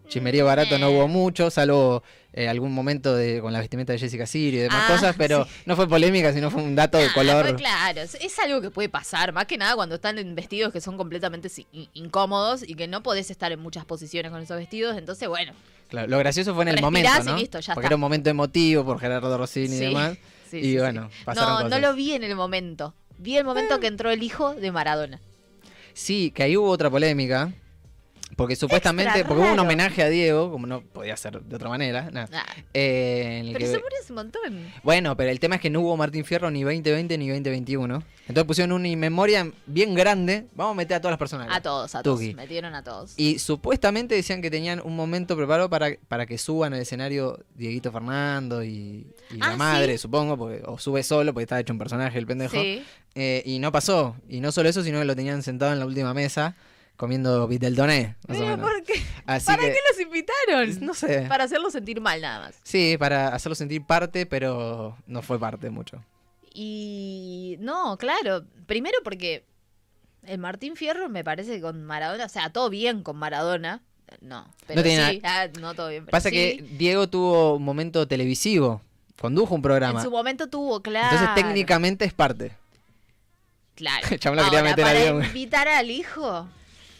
Chismería barato no hubo mucho, salvo eh, algún momento de, con la vestimenta de Jessica Siri y demás
Ah,
cosas, pero no fue polémica, sino fue un dato de
Ah,
color.
pues claro, es, es algo que puede pasar, más que nada cuando están en vestidos que son completamente si- in- incómodos y que no podés estar en muchas posiciones con esos vestidos, entonces bueno.
Claro, lo gracioso fue en el
Respirás
momento,
y
¿no?
listo, ya
Porque
está.
era un momento emotivo por Gerardo Rossini
Sí,
y demás.
sí,
y
sí, sí.
bueno, pasaron
no,
cosas. Eh.
no lo vi en el momento. Vi el momento que entró el hijo de Maradona.
Sí, que ahí hubo otra polémica. Porque supuestamente, porque hubo un
raro.
homenaje a Diego, como no podía ser de otra manera. nada.
Ah,
Eh, en el
pero
que-
se murió hace un montón.
Bueno, pero el tema es que no hubo Martín Fierro ni 2020 ni 2021. Entonces pusieron una memoria bien grande. Vamos a meter a todas las personas.
A todos, a todos.
Tuki.
Metieron a todos.
Y supuestamente decían que tenían un momento preparado para, para que suban al escenario Dieguito Fernando y, y
Ah,
la madre, supongo, porque, o sube solo porque estaba hecho un personaje el pendejo.
Sí.
Eh, y no pasó. Y no solo eso, sino que lo tenían sentado en la última mesa comiendo Viteldoné. Más o
Pero
menos.
Eh, ¿por qué?
Así
¿Para
que-
qué los invitaron?
No sé.
Para hacerlo sentir mal nada más.
Sí, para hacerlo sentir parte, pero no fue parte mucho.
Y no, claro, primero porque el Martín Fierro me parece que con Maradona, o sea, todo bien con Maradona, no, pero
No tiene
sí, ah, no todo bien, pero
Pasa
sí.
que Diego tuvo un momento televisivo, condujo un
en
programa.
su momento tuvo, claro.
Entonces técnicamente es parte.
claro.
el chabón la quería
Ahora,
meter al
para
guión.
invitar al hijo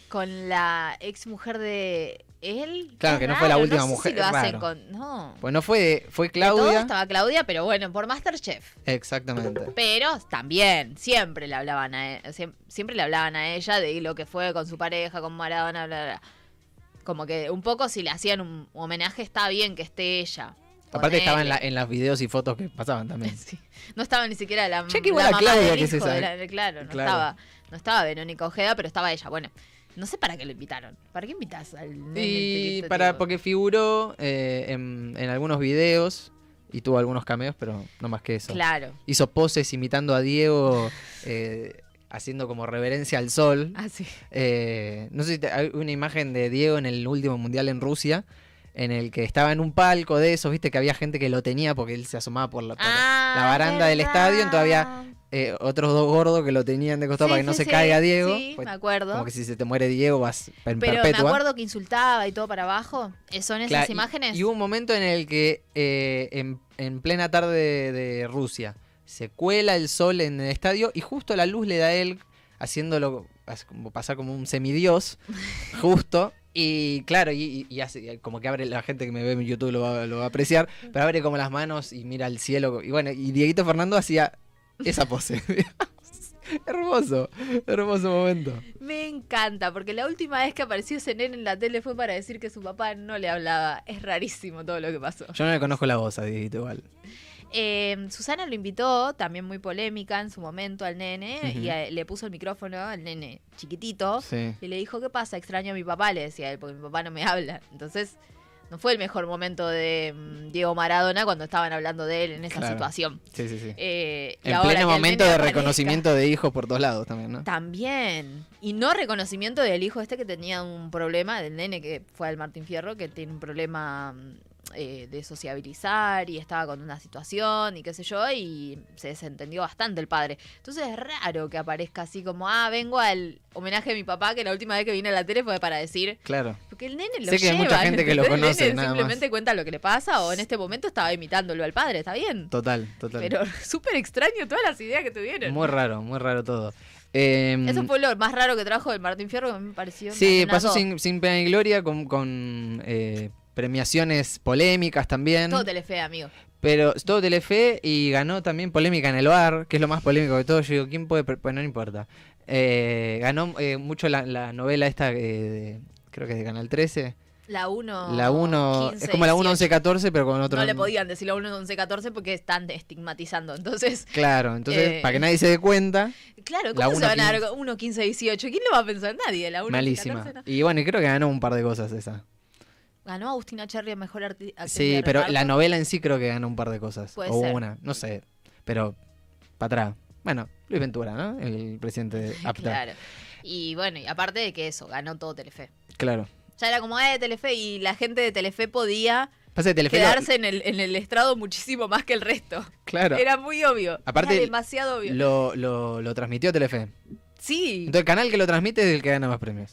con la ex mujer de él.
Claro,
es
que no fue la
raro,
última
sé si
mujer,
lo hacen
raro.
con- no.
Pues no fue, fue
De todo
Claudia.
estaba Claudia, pero bueno, por Masterchef.
Exactamente.
Pero también, siempre le hablaban a e- siem- siempre, le hablaban a ella de lo que fue con su pareja, con Maradona, bla, bla, bla. Como que un poco si le hacían un homenaje, está bien que esté ella.
Aparte
Ponele.
estaba en, la- en los videos y fotos que pasaban también.
Sí. No estaba ni siquiera la,
Che, qué
la
buena
mamá
Claudia
del
que es
hijo
esa,
de
eh.
la- de- claro, no
Claro.
estaba, no estaba Verónica Ojeda, pero estaba ella. Bueno, no sé para qué lo invitaron. ¿Para qué invitas al nene este
Y
chiquito,
para,
tipo?
porque figuró eh, en, en algunos videos y tuvo algunos cameos, pero no más que eso.
Claro.
Hizo poses imitando a Diego, eh, haciendo como reverencia al sol.
Así.
Eh, no sé si te- hay una imagen de Diego en el último mundial en Rusia, en el que estaba en un palco de esos, viste que había gente que lo tenía porque él se asomaba por la, por
Ah,
la baranda del estadio, entonces había eh, otros dos gordos que lo tenían de costado para que no se caiga Diego.
Sí,
Pues,
me acuerdo.
como que si se te muere Diego vas en
Pero me
perpetua.
acuerdo que insultaba y todo para abajo. Eh, ¿Son esas
Claro, y-
imágenes?
Y hubo un momento en el que eh, en, en plena tarde de, de Rusia se cuela el sol en el estadio y justo la luz le da a él haciéndolo as- como pasar como un semidios, justo. Y claro, y, y- y hace, y como que abre la gente que me ve en YouTube lo va, lo va a apreciar, pero abre como las manos y mira al cielo. Y bueno, y Dieguito Fernando hacía esa pose. hermoso, hermoso momento.
Me encanta, porque la última vez que apareció ese nene en la tele fue para decir que su papá no le hablaba. Es rarísimo todo lo que pasó.
Yo no le conozco la voz a Dieguito igual.
Eh, Susana lo invitó, también muy polémica en su momento, al nene,
Ujú.
y eh, le puso el micrófono al nene chiquitito.
Sí.
Y le dijo, ¿qué pasa? Extraño a mi papá, le decía él, porque mi papá no me habla. Entonces, no fue el mejor momento de mm, Diego Maradona cuando estaban hablando de él en esa
Claro.
situación.
Sí, sí, sí.
Eh, y
En
ahora que
pleno
el
momento
nene
de
aparezca-
reconocimiento de hijos por dos lados también, ¿no?
También. Y no reconocimiento del hijo este que tenía un problema, del nene que fue al Martín Fierro, que tiene un problema mm, eh, de sociabilizar y estaba con una situación y qué sé yo, y se desentendió bastante el padre. Entonces es raro que aparezca así como, ah, vengo al homenaje de mi papá, que la última vez que vine a la tele fue para decir...
Claro.
Porque el nene lo
Sé que hay
lleva,
mucha gente que lo
¿entendés? El
conoce,
nene
nada más.
simplemente cuenta lo que le pasa o en este momento estaba imitándolo al padre, está bien.
Total, total.
Pero súper extraño todas las ideas que tuvieron.
Muy raro, muy raro todo. Eh,
Eso fue lo más raro que trajo el Martín Fierro, que me pareció.
sí,
una-
pasó
todo.
sin, sin pena ni gloria, con, con, eh, premiaciones polémicas también.
Todo Telefe, amigo.
pero todo Telefe y ganó también polémica en el bar, que es lo más polémico de todo. Yo digo, ¿quién puede? pre- Pues no importa. Eh, ganó eh, mucho la, la novela esta, eh, de- creo que es de Canal 13.
La 1.
la 1, es como la 1, 11, 14, pero con otro
No le
nombre.
podían decir la 1, 11, 14 porque están estigmatizando. Entonces,
Claro, entonces,
Eh.
para que nadie se dé cuenta.
claro,
La
¿cómo se
1,
van a dar 1, 15, 18? ¿Quién lo va a pensar? Nadie. La 1, 11,
Malísima.
14 no.
Y bueno, y creo que ganó un par de cosas esa.
Ganó Agustina Cherry a mejor arti- actriz.
Sí,
de
pero la
reparto.
novela en sí creo que ganó un par de cosas.
Puede
o
ser.
una, no sé. Pero para atrás. Bueno, Luis Ventura, ¿no? El presidente de APTA. Claro.
Claro. Y bueno, y aparte de que eso, ganó todo Telefe. Ya era como, eh, Telefe. Y la gente de Telefe podía
Pasa que Telefe lo-
quedarse en, el, en el estrado muchísimo más que el resto.
claro.
Era muy obvio.
Aparte,
Era demasiado obvio.
Lo, lo, lo transmitió Telefe.
Sí.
Entonces el canal que lo transmite es el que gana más premios.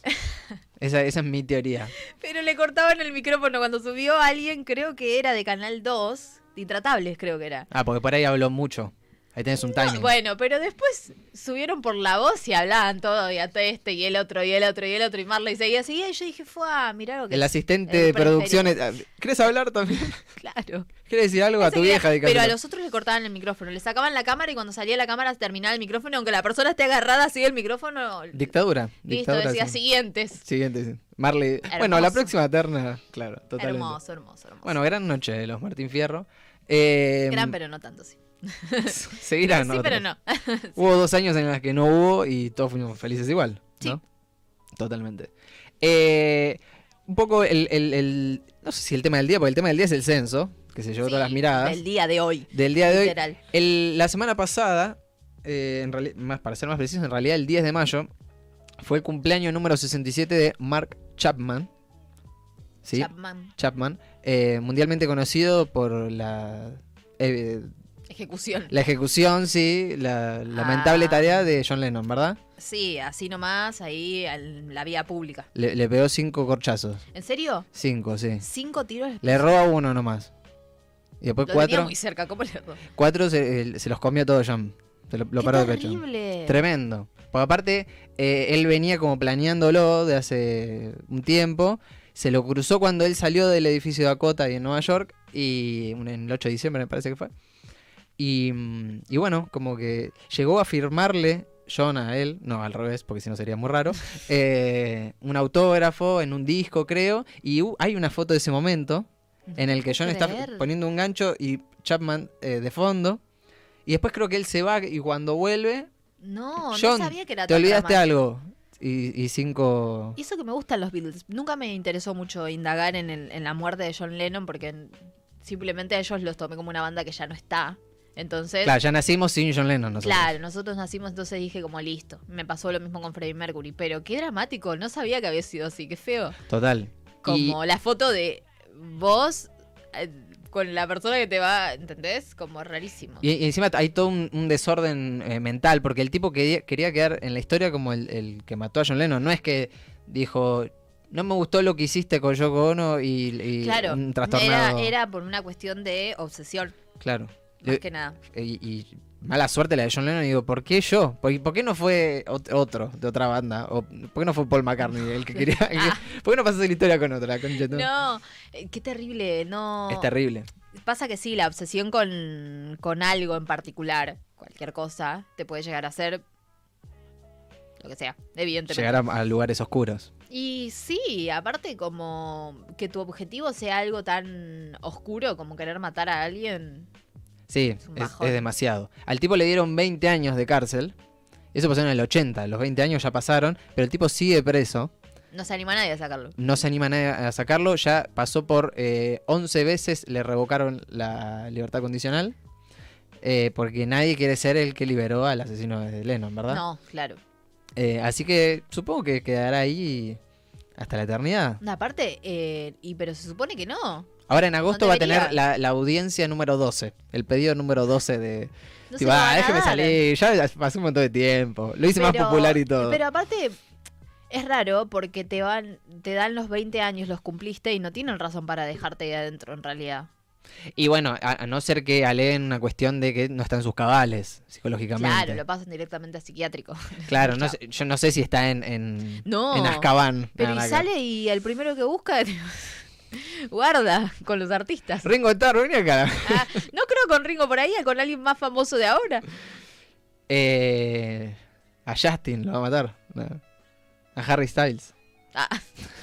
Esa, esa es mi teoría.
Pero le cortaban el micrófono cuando subió alguien, creo que era de Canal 2, de Intratables creo que era.
Ah, porque por ahí habló mucho. Ahí tenés un
No,
timing.
bueno, pero después subieron por la voz y hablaban todo, y a todo este, y el otro, y el otro, y el otro, y Marley seguía así, y yo dije, fue, mirá lo que...
El asistente
el
de
preferido".
producciones. ah, ¿Querés hablar también?
Claro.
¿Querés decir algo a tu
Seguía-
vieja? de
pero a
Camilo?
los otros le cortaban el micrófono, le sacaban la cámara y cuando salía la cámara terminaba el micrófono, aunque la persona esté agarrada así el micrófono,
Dictadura.
listo,
dictadura,
decía
sí.
siguientes.
Siguiente. sí. Marley. Bueno, la
Hermoso.
próxima terna. Claro, totalmente.
Hermoso, hermoso, hermoso.
Bueno, gran noche de los Martín Fierro. Eh,
Gran, pero no tanto, sí.
Seguirán.
sí, pero
otras.
no.
Hubo dos años en los que no hubo y todos fuimos felices igual, ¿no? Totalmente. Eh, un poco el, el- el- No sé si el tema del día, porque el tema del día es el censo, que se llevó todas las
Sí,
miradas.
Del día de hoy.
Del día de hoy.
Literal.
El- la semana pasada, eh, en reali- más, para ser más preciso, en realidad el 10 de mayo fue el cumpleaños número 67 de Mark Chapman. ¿Sí?
Chapman.
Chapman. eh, mundialmente conocido por la. eh,
Ejecución.
la ejecución, sí, la lamentable
Ah.
tarea de John Lennon, ¿verdad?
Sí, así nomás, ahí en la vía pública.
Le, le pegó cinco corchazos.
¿En serio?
Cinco, sí.
Cinco tiros.
Le roba uno nomás. Y
Lo
después
tenía
cuatro.
muy cerca, ¿cómo le erró?
Cuatro se, el- se los comió todo John. Se lo, lo
¡Qué
paró de pecho.
terrible!
Tremendo. Porque aparte, eh, él venía como planeándolo de hace un tiempo. Se lo cruzó cuando él salió del edificio de Dakota y en Nueva York. Y un- en el 8 de diciembre me parece que fue. Y, mm, y bueno, como que llegó a firmarle John a él, no al revés, porque si no sería muy raro, eh, un autógrafo en un disco creo. Y hu- hay una foto de ese momento en el que John está
creer.
poniendo un gancho y Chapman eh, de fondo. Y después creo que él se va y cuando vuelve
No,
John,
no sabía que era
te
tan
olvidaste
dramático.
algo. Y, y cinco.
Y eso que me gustan los Beatles. Nunca me interesó mucho indagar en, el- en la muerte de John Lennon porque en- simplemente a ellos los tomé como una banda que ya no está. Entonces,
Claro, ya nacimos sin John Lennon nosotros.
claro, nosotros nacimos, entonces dije como listo. Me pasó lo mismo con Freddie Mercury, pero qué dramático, no sabía que había sido así, qué feo.
Total. Y-
Como la foto de vos eh, con la persona que te va, ¿entendés? Como rarísimo.
Y, eh, y encima hay todo un, un desorden eh, mental, porque el tipo que quería quedar en la historia como el, el que mató a John Lennon. No es que dijo, no me gustó lo que hiciste con Yoko Ono y, y
claro,
un
era,
trastornado.
era por una cuestión de obsesión,
Claro.
más
Eh,
que nada.
Y, y mala suerte la de John Lennon. Y digo, ¿por qué yo? ¿Por, por qué no fue ot- otro de otra banda? ¿O ¿Por qué no fue Paul McCartney el que quería?
Ah.
¿Por qué no pasaste la historia con otra? concha de tu-
No, eh, qué terrible, no.
Es terrible.
Pasa que sí, la obsesión con, con algo en particular, cualquier cosa, te puede llegar a hacer lo que sea, evidentemente.
Llegar a, a lugares oscuros.
Y sí, aparte como que tu objetivo sea algo tan oscuro como querer matar a alguien.
Sí,
Es un
es,
bajón.
es demasiado. Al tipo le dieron 20 años de cárcel. Eso pasó en el 80. Los 20 años ya pasaron, pero el tipo sigue preso.
No se anima nadie a sacarlo.
No se anima nadie a sacarlo. Ya pasó por eh, 11 veces, le revocaron la libertad condicional. eh, porque nadie quiere ser el que liberó al asesino de Lennon, ¿verdad?
No, claro.
Eh, así que supongo que quedará ahí hasta la eternidad.
No, Aparte, eh, y pero se supone que no.
Ahora en agosto va a
debería.
tener la, la audiencia número 12, el pedido número 12 de,
No se
Tipo,
lo
"Ah,
van a
déjeme
dar".
salir, ya pasó un montón de tiempo. Lo hice más
Pero-
popular y todo.
Pero aparte, es raro porque te van, te dan los 20 años, los cumpliste y no tienen razón para dejarte ahí adentro en realidad.
Y bueno, a, a no ser que aleguen una cuestión de que no está en sus cabales psicológicamente.
Claro, lo pasan directamente a psiquiátrico.
Claro, no sé- yo no sé si está en, en,
No.
en Azkaban.
Pero
Nada que-
y sale y el primero que busca guarda con los artistas.
Ringo Starr, vení acá.
Ah, no creo con Ringo por ahí, con alguien más famoso de ahora.
Eh, a Justin lo va a matar. No. A Harry Styles.
Ah,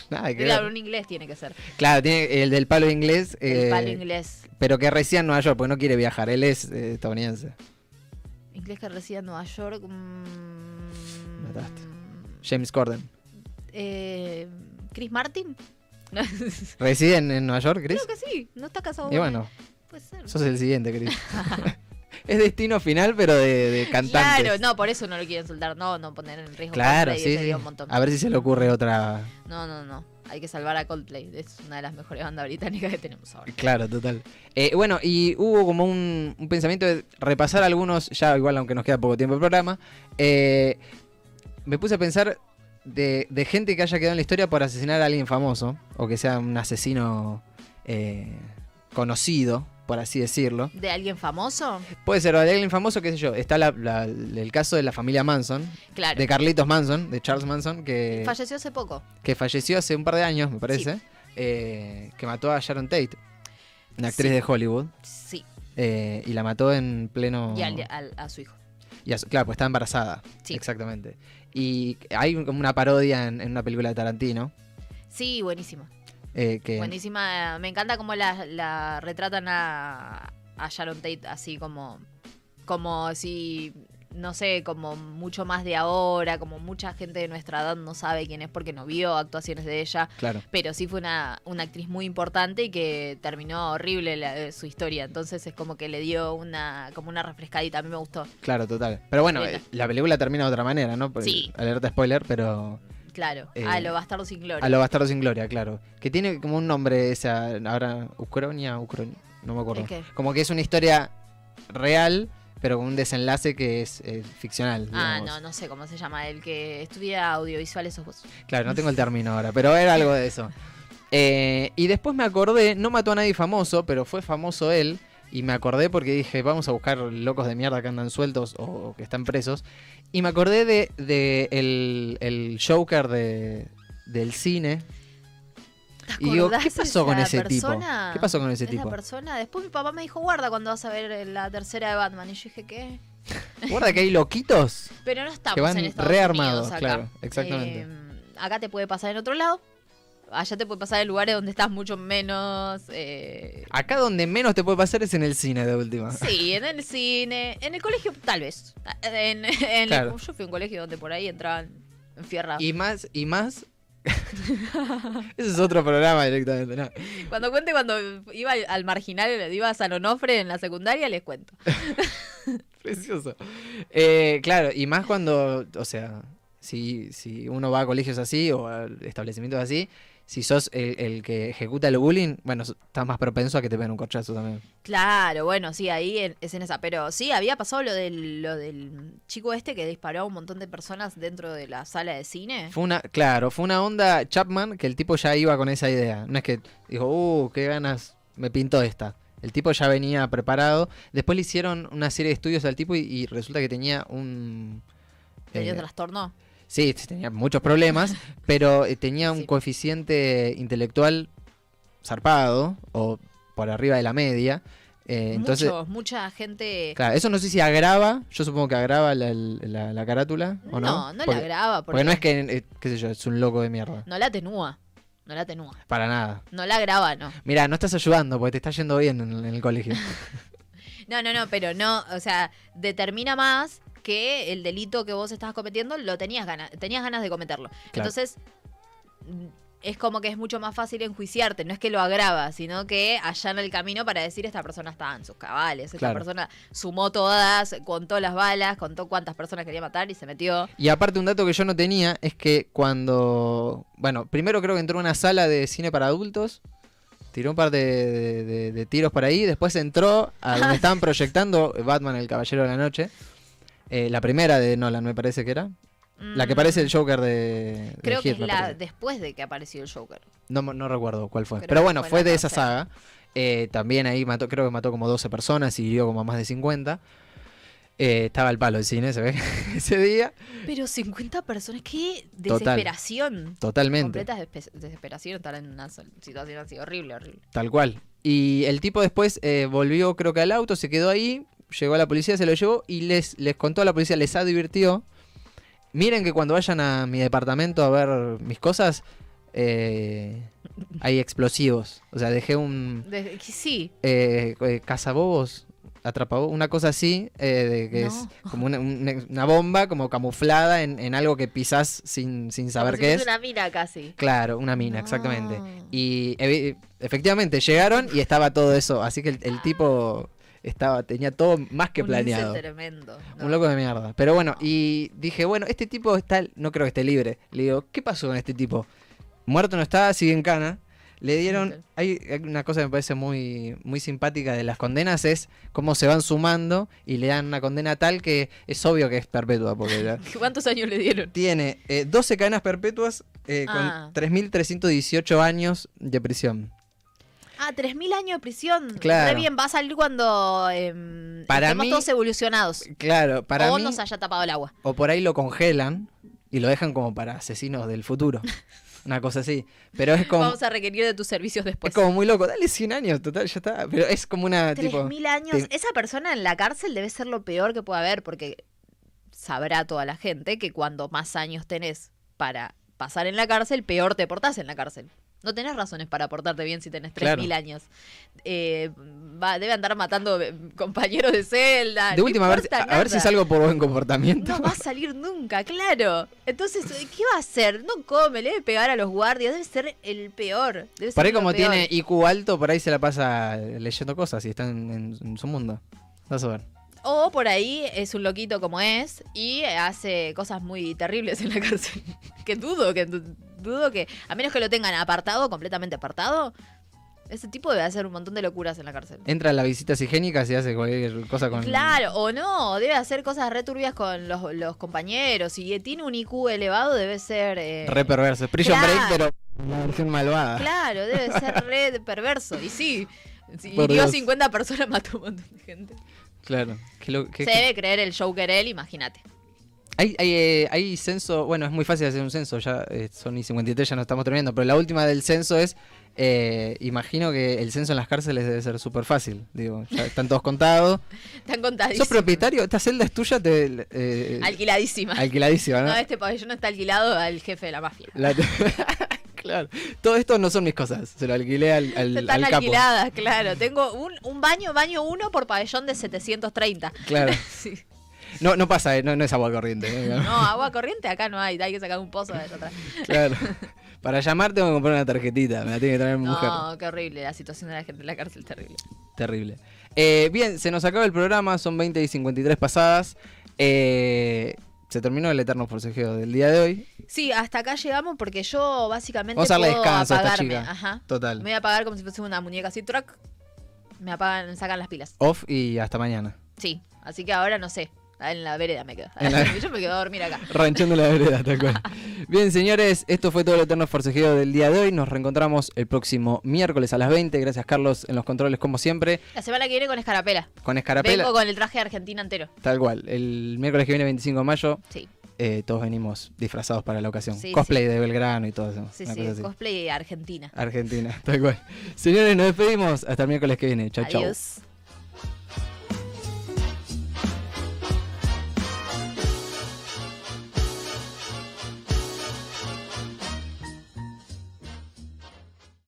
Nada que
claro,
ver.
un inglés tiene que ser.
Claro, tiene el del palo inglés. eh,
el palo inglés.
Pero que reside en Nueva York, porque no quiere viajar. Él es eh, estadounidense.
Inglés que reside en Nueva York. mm,
Mataste. James Corden.
eh, Chris Martin. creo
¿Reside en, en Nueva York, Chris?
que sí. No está casado.
Y bueno,
Puede ser.
Sos el siguiente, Cris. es destino final, pero de, de cantantes.
Claro, no, por eso no lo quieren soltar. No, no poner en riesgo.
Claro,
Coldplay,
sí,
ese
sí.
día un montón.
A ver si se le ocurre otra.
No, no, no. Hay que salvar a Coldplay. Es una de las mejores bandas británicas que tenemos ahora.
Claro, total. Eh, bueno, y hubo como un, un pensamiento de repasar algunos, ya igual aunque nos queda poco tiempo el programa. Eh, me puse a pensar de, de gente que haya quedado en la historia por asesinar a alguien famoso, o que sea un asesino eh, conocido, por así decirlo.
¿De alguien famoso?
Puede ser o de alguien famoso, qué sé yo. Está la- la- el caso de la familia Manson,
Claro.
de Carlitos Manson, de Charles Manson, que,
Falleció hace poco.
que falleció hace un par de años, me parece, eh, que mató a Sharon Tate, una actriz
Sí.
de Hollywood,
Sí.
eh, y la mató en pleno...
Y al- al- a su hijo.
Y a su- claro, pues está embarazada.
Sí.
Exactamente. Y hay un- como una parodia en, en una película de Tarantino.
Sí, buenísima.
eh, que
Buenísima. Me encanta cómo la, la retratan a, a Sharon Tate así como. Como si. No sé, como mucho más de ahora, como mucha gente de nuestra edad no sabe quién es porque no vio actuaciones de ella.
Claro.
Pero sí fue una, una actriz muy importante y que terminó horrible la- eh, su historia. Entonces es como que le dio una como una refrescadita. A mí me gustó.
Claro, total. Pero bueno,
Neta.
eh, la película termina de otra manera, ¿no? Por-
Sí.
Alerta spoiler, pero.
Claro.
Eh,
a lo bastardo sin gloria.
A lo bastardo sin gloria, claro. Que tiene como un nombre esa. Ahora, Ucronia, Ucronia. No me acuerdo.
¿El qué?
Como que es una historia real, pero con un desenlace que es eh, ficcional.
Ah,
digamos.
no, no sé cómo se llama. El que estudia audiovisuales sos vos.
Claro, no tengo el término ahora, pero era algo de eso. Eh, y después me acordé, no mató a nadie famoso, pero fue famoso él. Y me acordé porque dije, vamos a buscar locos de mierda que andan sueltos o, o que están presos. Y me acordé de, de el, el Joker de, del cine.
¿Te
Y digo,
acordás
¿qué pasó
esa
con ese
persona?
tipo? ¿Qué pasó con ese
Esa
tipo?
persona. Después mi papá me dijo, guarda cuando vas a ver eh, la tercera de Batman. Y yo dije, ¿qué?
Guarda que hay loquitos.
Pero no estamos
Que van
en Estados
rearmados,
Unidos acá.
claro, exactamente.
Eh, acá te puede pasar en otro lado. Allá te puede pasar en lugares donde estás mucho menos... eh,
Acá donde menos te puede pasar es en el cine de última.
Sí, en el cine, en el colegio tal vez. En, en-
Claro.
Yo fui a un colegio donde por ahí entraban enfierrados.
Y más, y más. Ese es otro programa directamente, ¿no?
Cuando cuente cuando iba al- al marginal, iba a San Onofre en la secundaria, les cuento.
Precioso. Eh, claro, y más cuando, o sea, si, si uno va a colegios así o a establecimientos así, si sos el, el que ejecuta el bullying, bueno, so- estás más propenso a que te peguen un corchazo también.
Claro, bueno, sí, ahí en- es en esa. Pero sí, había pasado lo del, lo del chico este que disparó a un montón de personas dentro de la sala de cine.
Fue una, claro, fue una onda Chapman que el tipo ya iba con esa idea. No es que dijo, uh, qué ganas, me pintó esta. El tipo ya venía preparado. Después le hicieron una serie de estudios al tipo y, y resulta que tenía un...
¿Tenía
eh,
trastorno?
Sí, sí, tenía muchos problemas, pero eh, tenía un
Sí.
coeficiente intelectual zarpado o por arriba de la media. Eh, entonces,
Muchos, mucha gente.
claro, eso no sé si agrava, yo supongo que agrava la, la- la carátula o no.
no, no, la graba. Porque,
Porque no es que, eh, qué sé yo, es un loco de mierda.
No la atenúa. No la atenúa.
Para nada.
No la graba, no.
Mira, no estás ayudando porque te está yendo bien en, en el colegio.
No, no, no, pero no. O sea, determina más que el delito que vos estabas cometiendo lo tenías ganas, tenías ganas de cometerlo. Entonces. mm, Es como que es mucho más fácil enjuiciarte, no es que lo agrava, sino que allana el camino para decir esta persona estaba en sus cabales, esta
Claro.
persona sumó todas, contó las balas, contó cuántas personas quería matar y se metió.
Y aparte un dato que yo no tenía es que cuando... Bueno, primero creo que entró a una sala de cine para adultos, tiró un par de, de- de- de tiros por ahí, después entró a donde estaban proyectando Batman, el Caballero de la Noche, eh, la primera de Nolan me parece que era, la que
Mm,
parece el Joker de... de
Creo que
Heath,
es
me
la
parece.
después de que apareció el Joker.
No, me- no recuerdo cuál fue.
Creo
Pero
que
bueno,
fue
fue
la
de esa
tercera.
saga. Eh, también ahí mató, creo que mató como 12 personas y hirió como a más de 50. Eh, estaba al palo el cine, se ve, ese día.
Pero 50 personas, qué
Total.
desesperación.
Totalmente.
Completa despe- desesperación estar en una sol- situación así horrible, horrible.
Tal cual. Y el tipo después eh, volvió, creo que al auto, se quedó ahí, llegó a la policía, se lo llevó y les, les contó a la policía, les ha divertido. Miren que cuando vayan a mi departamento a ver mis cosas, eh, hay explosivos. O sea, dejé un
De- que sí,
eh, eh, cazabobos, atrapabobos, una cosa así, eh, de que es como una, una- una bomba como camuflada en, en algo que pisás sin, sin saber
como si
qué
fuese
es.
una mina casi.
Claro, una mina, exactamente.
No.
Y evi- efectivamente llegaron y estaba todo eso. Así que el, el tipo estaba, tenía todo más que
Un
planeado.
lince tremendo. no.
Un loco de mierda. Pero bueno, y dije, bueno, este tipo está, no creo que esté libre. Le digo, ¿qué pasó con este tipo? Muerto no está, sigue en cana. Le
Ok.
dieron. Hay hay una cosa que me parece muy, muy simpática de las condenas: es cómo se van sumando y le dan una condena tal que es obvio que es perpetua, porque la-
¿Cuántos años le dieron?
tiene eh, 12 cadenas perpetuas eh,
Ah.
con 3.318 años de prisión.
Ah, 3.000 años de prisión.
Claro.
Re bien, va a salir cuando em,
Para
estemos
mí-
todos evolucionados.
Claro, para
o
mí.
nos haya tapado el agua.
O por ahí lo congelan y lo dejan como para asesinos del futuro. Una cosa así. Pero es como,
Vamos a pues. requerir de tus servicios después.
es como muy loco. Dale 100 años, total, ya está. Pero es como una tipo.
3.000 años.
te-
Esa persona en la cárcel debe ser lo peor que puede haber, porque sabrá toda la gente que cuando más años tenés para pasar en la cárcel, peor te portás en la cárcel. No tenés razones para portarte bien si tenés 3.000
Claro.
años. Eh, va- debe andar matando eh, compañeros de celda.
De
no
última, a ver,
importa
a- a ver si
nada.
salgo por buen comportamiento.
No va a salir nunca, claro. Entonces, ¿qué va a hacer? No come, le debe pegar a los guardias, debe ser el peor. Debe ser
por ahí,
lo
como
peor.
tiene IQ alto, por ahí se la pasa leyendo cosas y está en, en- en su mundo. Vas a ver.
O por ahí es un loquito como es y hace cosas muy terribles en la cárcel. que dudo, que du- dudo que, a menos que lo tengan apartado, completamente apartado, ese tipo debe hacer un montón de locuras en la cárcel.
Entra a las visitas higiénicas y hace cualquier cosa con.
Claro, o no, debe hacer cosas returbias con los, los compañeros y tiene un IQ elevado, debe ser... eh,
Re perverso. Es Prison Break,
Claro.
pero la versión malvada.
Claro, debe ser re perverso. Y sí, si
Por
hirió
Dios.
50 personas, mató un montón de gente.
Claro. Qué lo- qué-
Se
qué-
debe creer el Joker él, imagínate.
Hay, hay, eh, hay censo, bueno, es muy fácil hacer un censo, ya eh, son y 53, ya no estamos terminando, pero la última del censo es, eh, imagino que el censo en las cárceles debe ser súper fácil, digo, ya están todos contados.
Están contadísimos.
¿Sos propietario? ¿Esta celda es tuya? Te, eh,
Alquiladísima.
alquiladísima, ¿no?
No, este pabellón está alquilado al jefe de la mafia.
La- claro, todo esto no son mis cosas, se lo alquilé al, al,
Están
al capo.
alquiladas, claro. Tengo un, un baño, baño uno por pabellón de 730.
Claro,
Sí.
no, no pasa, eh, no, no es agua corriente. eh, digamos.
No, agua corriente acá no hay, hay que sacar un pozo de atrás.
Claro. Para llamar tengo que comprar una tarjetita, me la tiene que traer mi mujer.
No, qué horrible la situación de la gente en la cárcel, terrible.
Terrible. Eh, bien, se nos acaba el programa, son 20 y 53 pasadas. Eh, se terminó el eterno forcejeo del día de hoy.
Sí, hasta acá llegamos porque yo básicamente
Vamos a darle
puedo
descanso a esta
apagarme.
chica.
Ajá.
Total.
Me voy a apagar como si fuese una muñeca así, track. Me apagan, me sacan las pilas.
Off y hasta mañana.
Sí, así que ahora no sé. En la vereda me quedo.
En la-
Yo me quedo a dormir acá.
Ranchando la vereda, tal cual. Bien, señores, esto fue todo el eterno forcejeo del día de hoy. Nos reencontramos el próximo miércoles a las 20. Gracias, Carlos, en los controles, como siempre.
La semana que viene con escarapela.
Con Escarapela,
Vengo con el traje de Argentina entero.
tal cual. El miércoles que viene, 25 de mayo,
Sí,
eh, todos venimos disfrazados para la ocasión.
Sí,
Cosplay de Belgrano y todo eso.
sí,
una
sí.
cosa así.
Cosplay Argentina.
Argentina, tal cual. Señores, nos despedimos. Hasta el miércoles que viene. Chau, chau.
Adiós.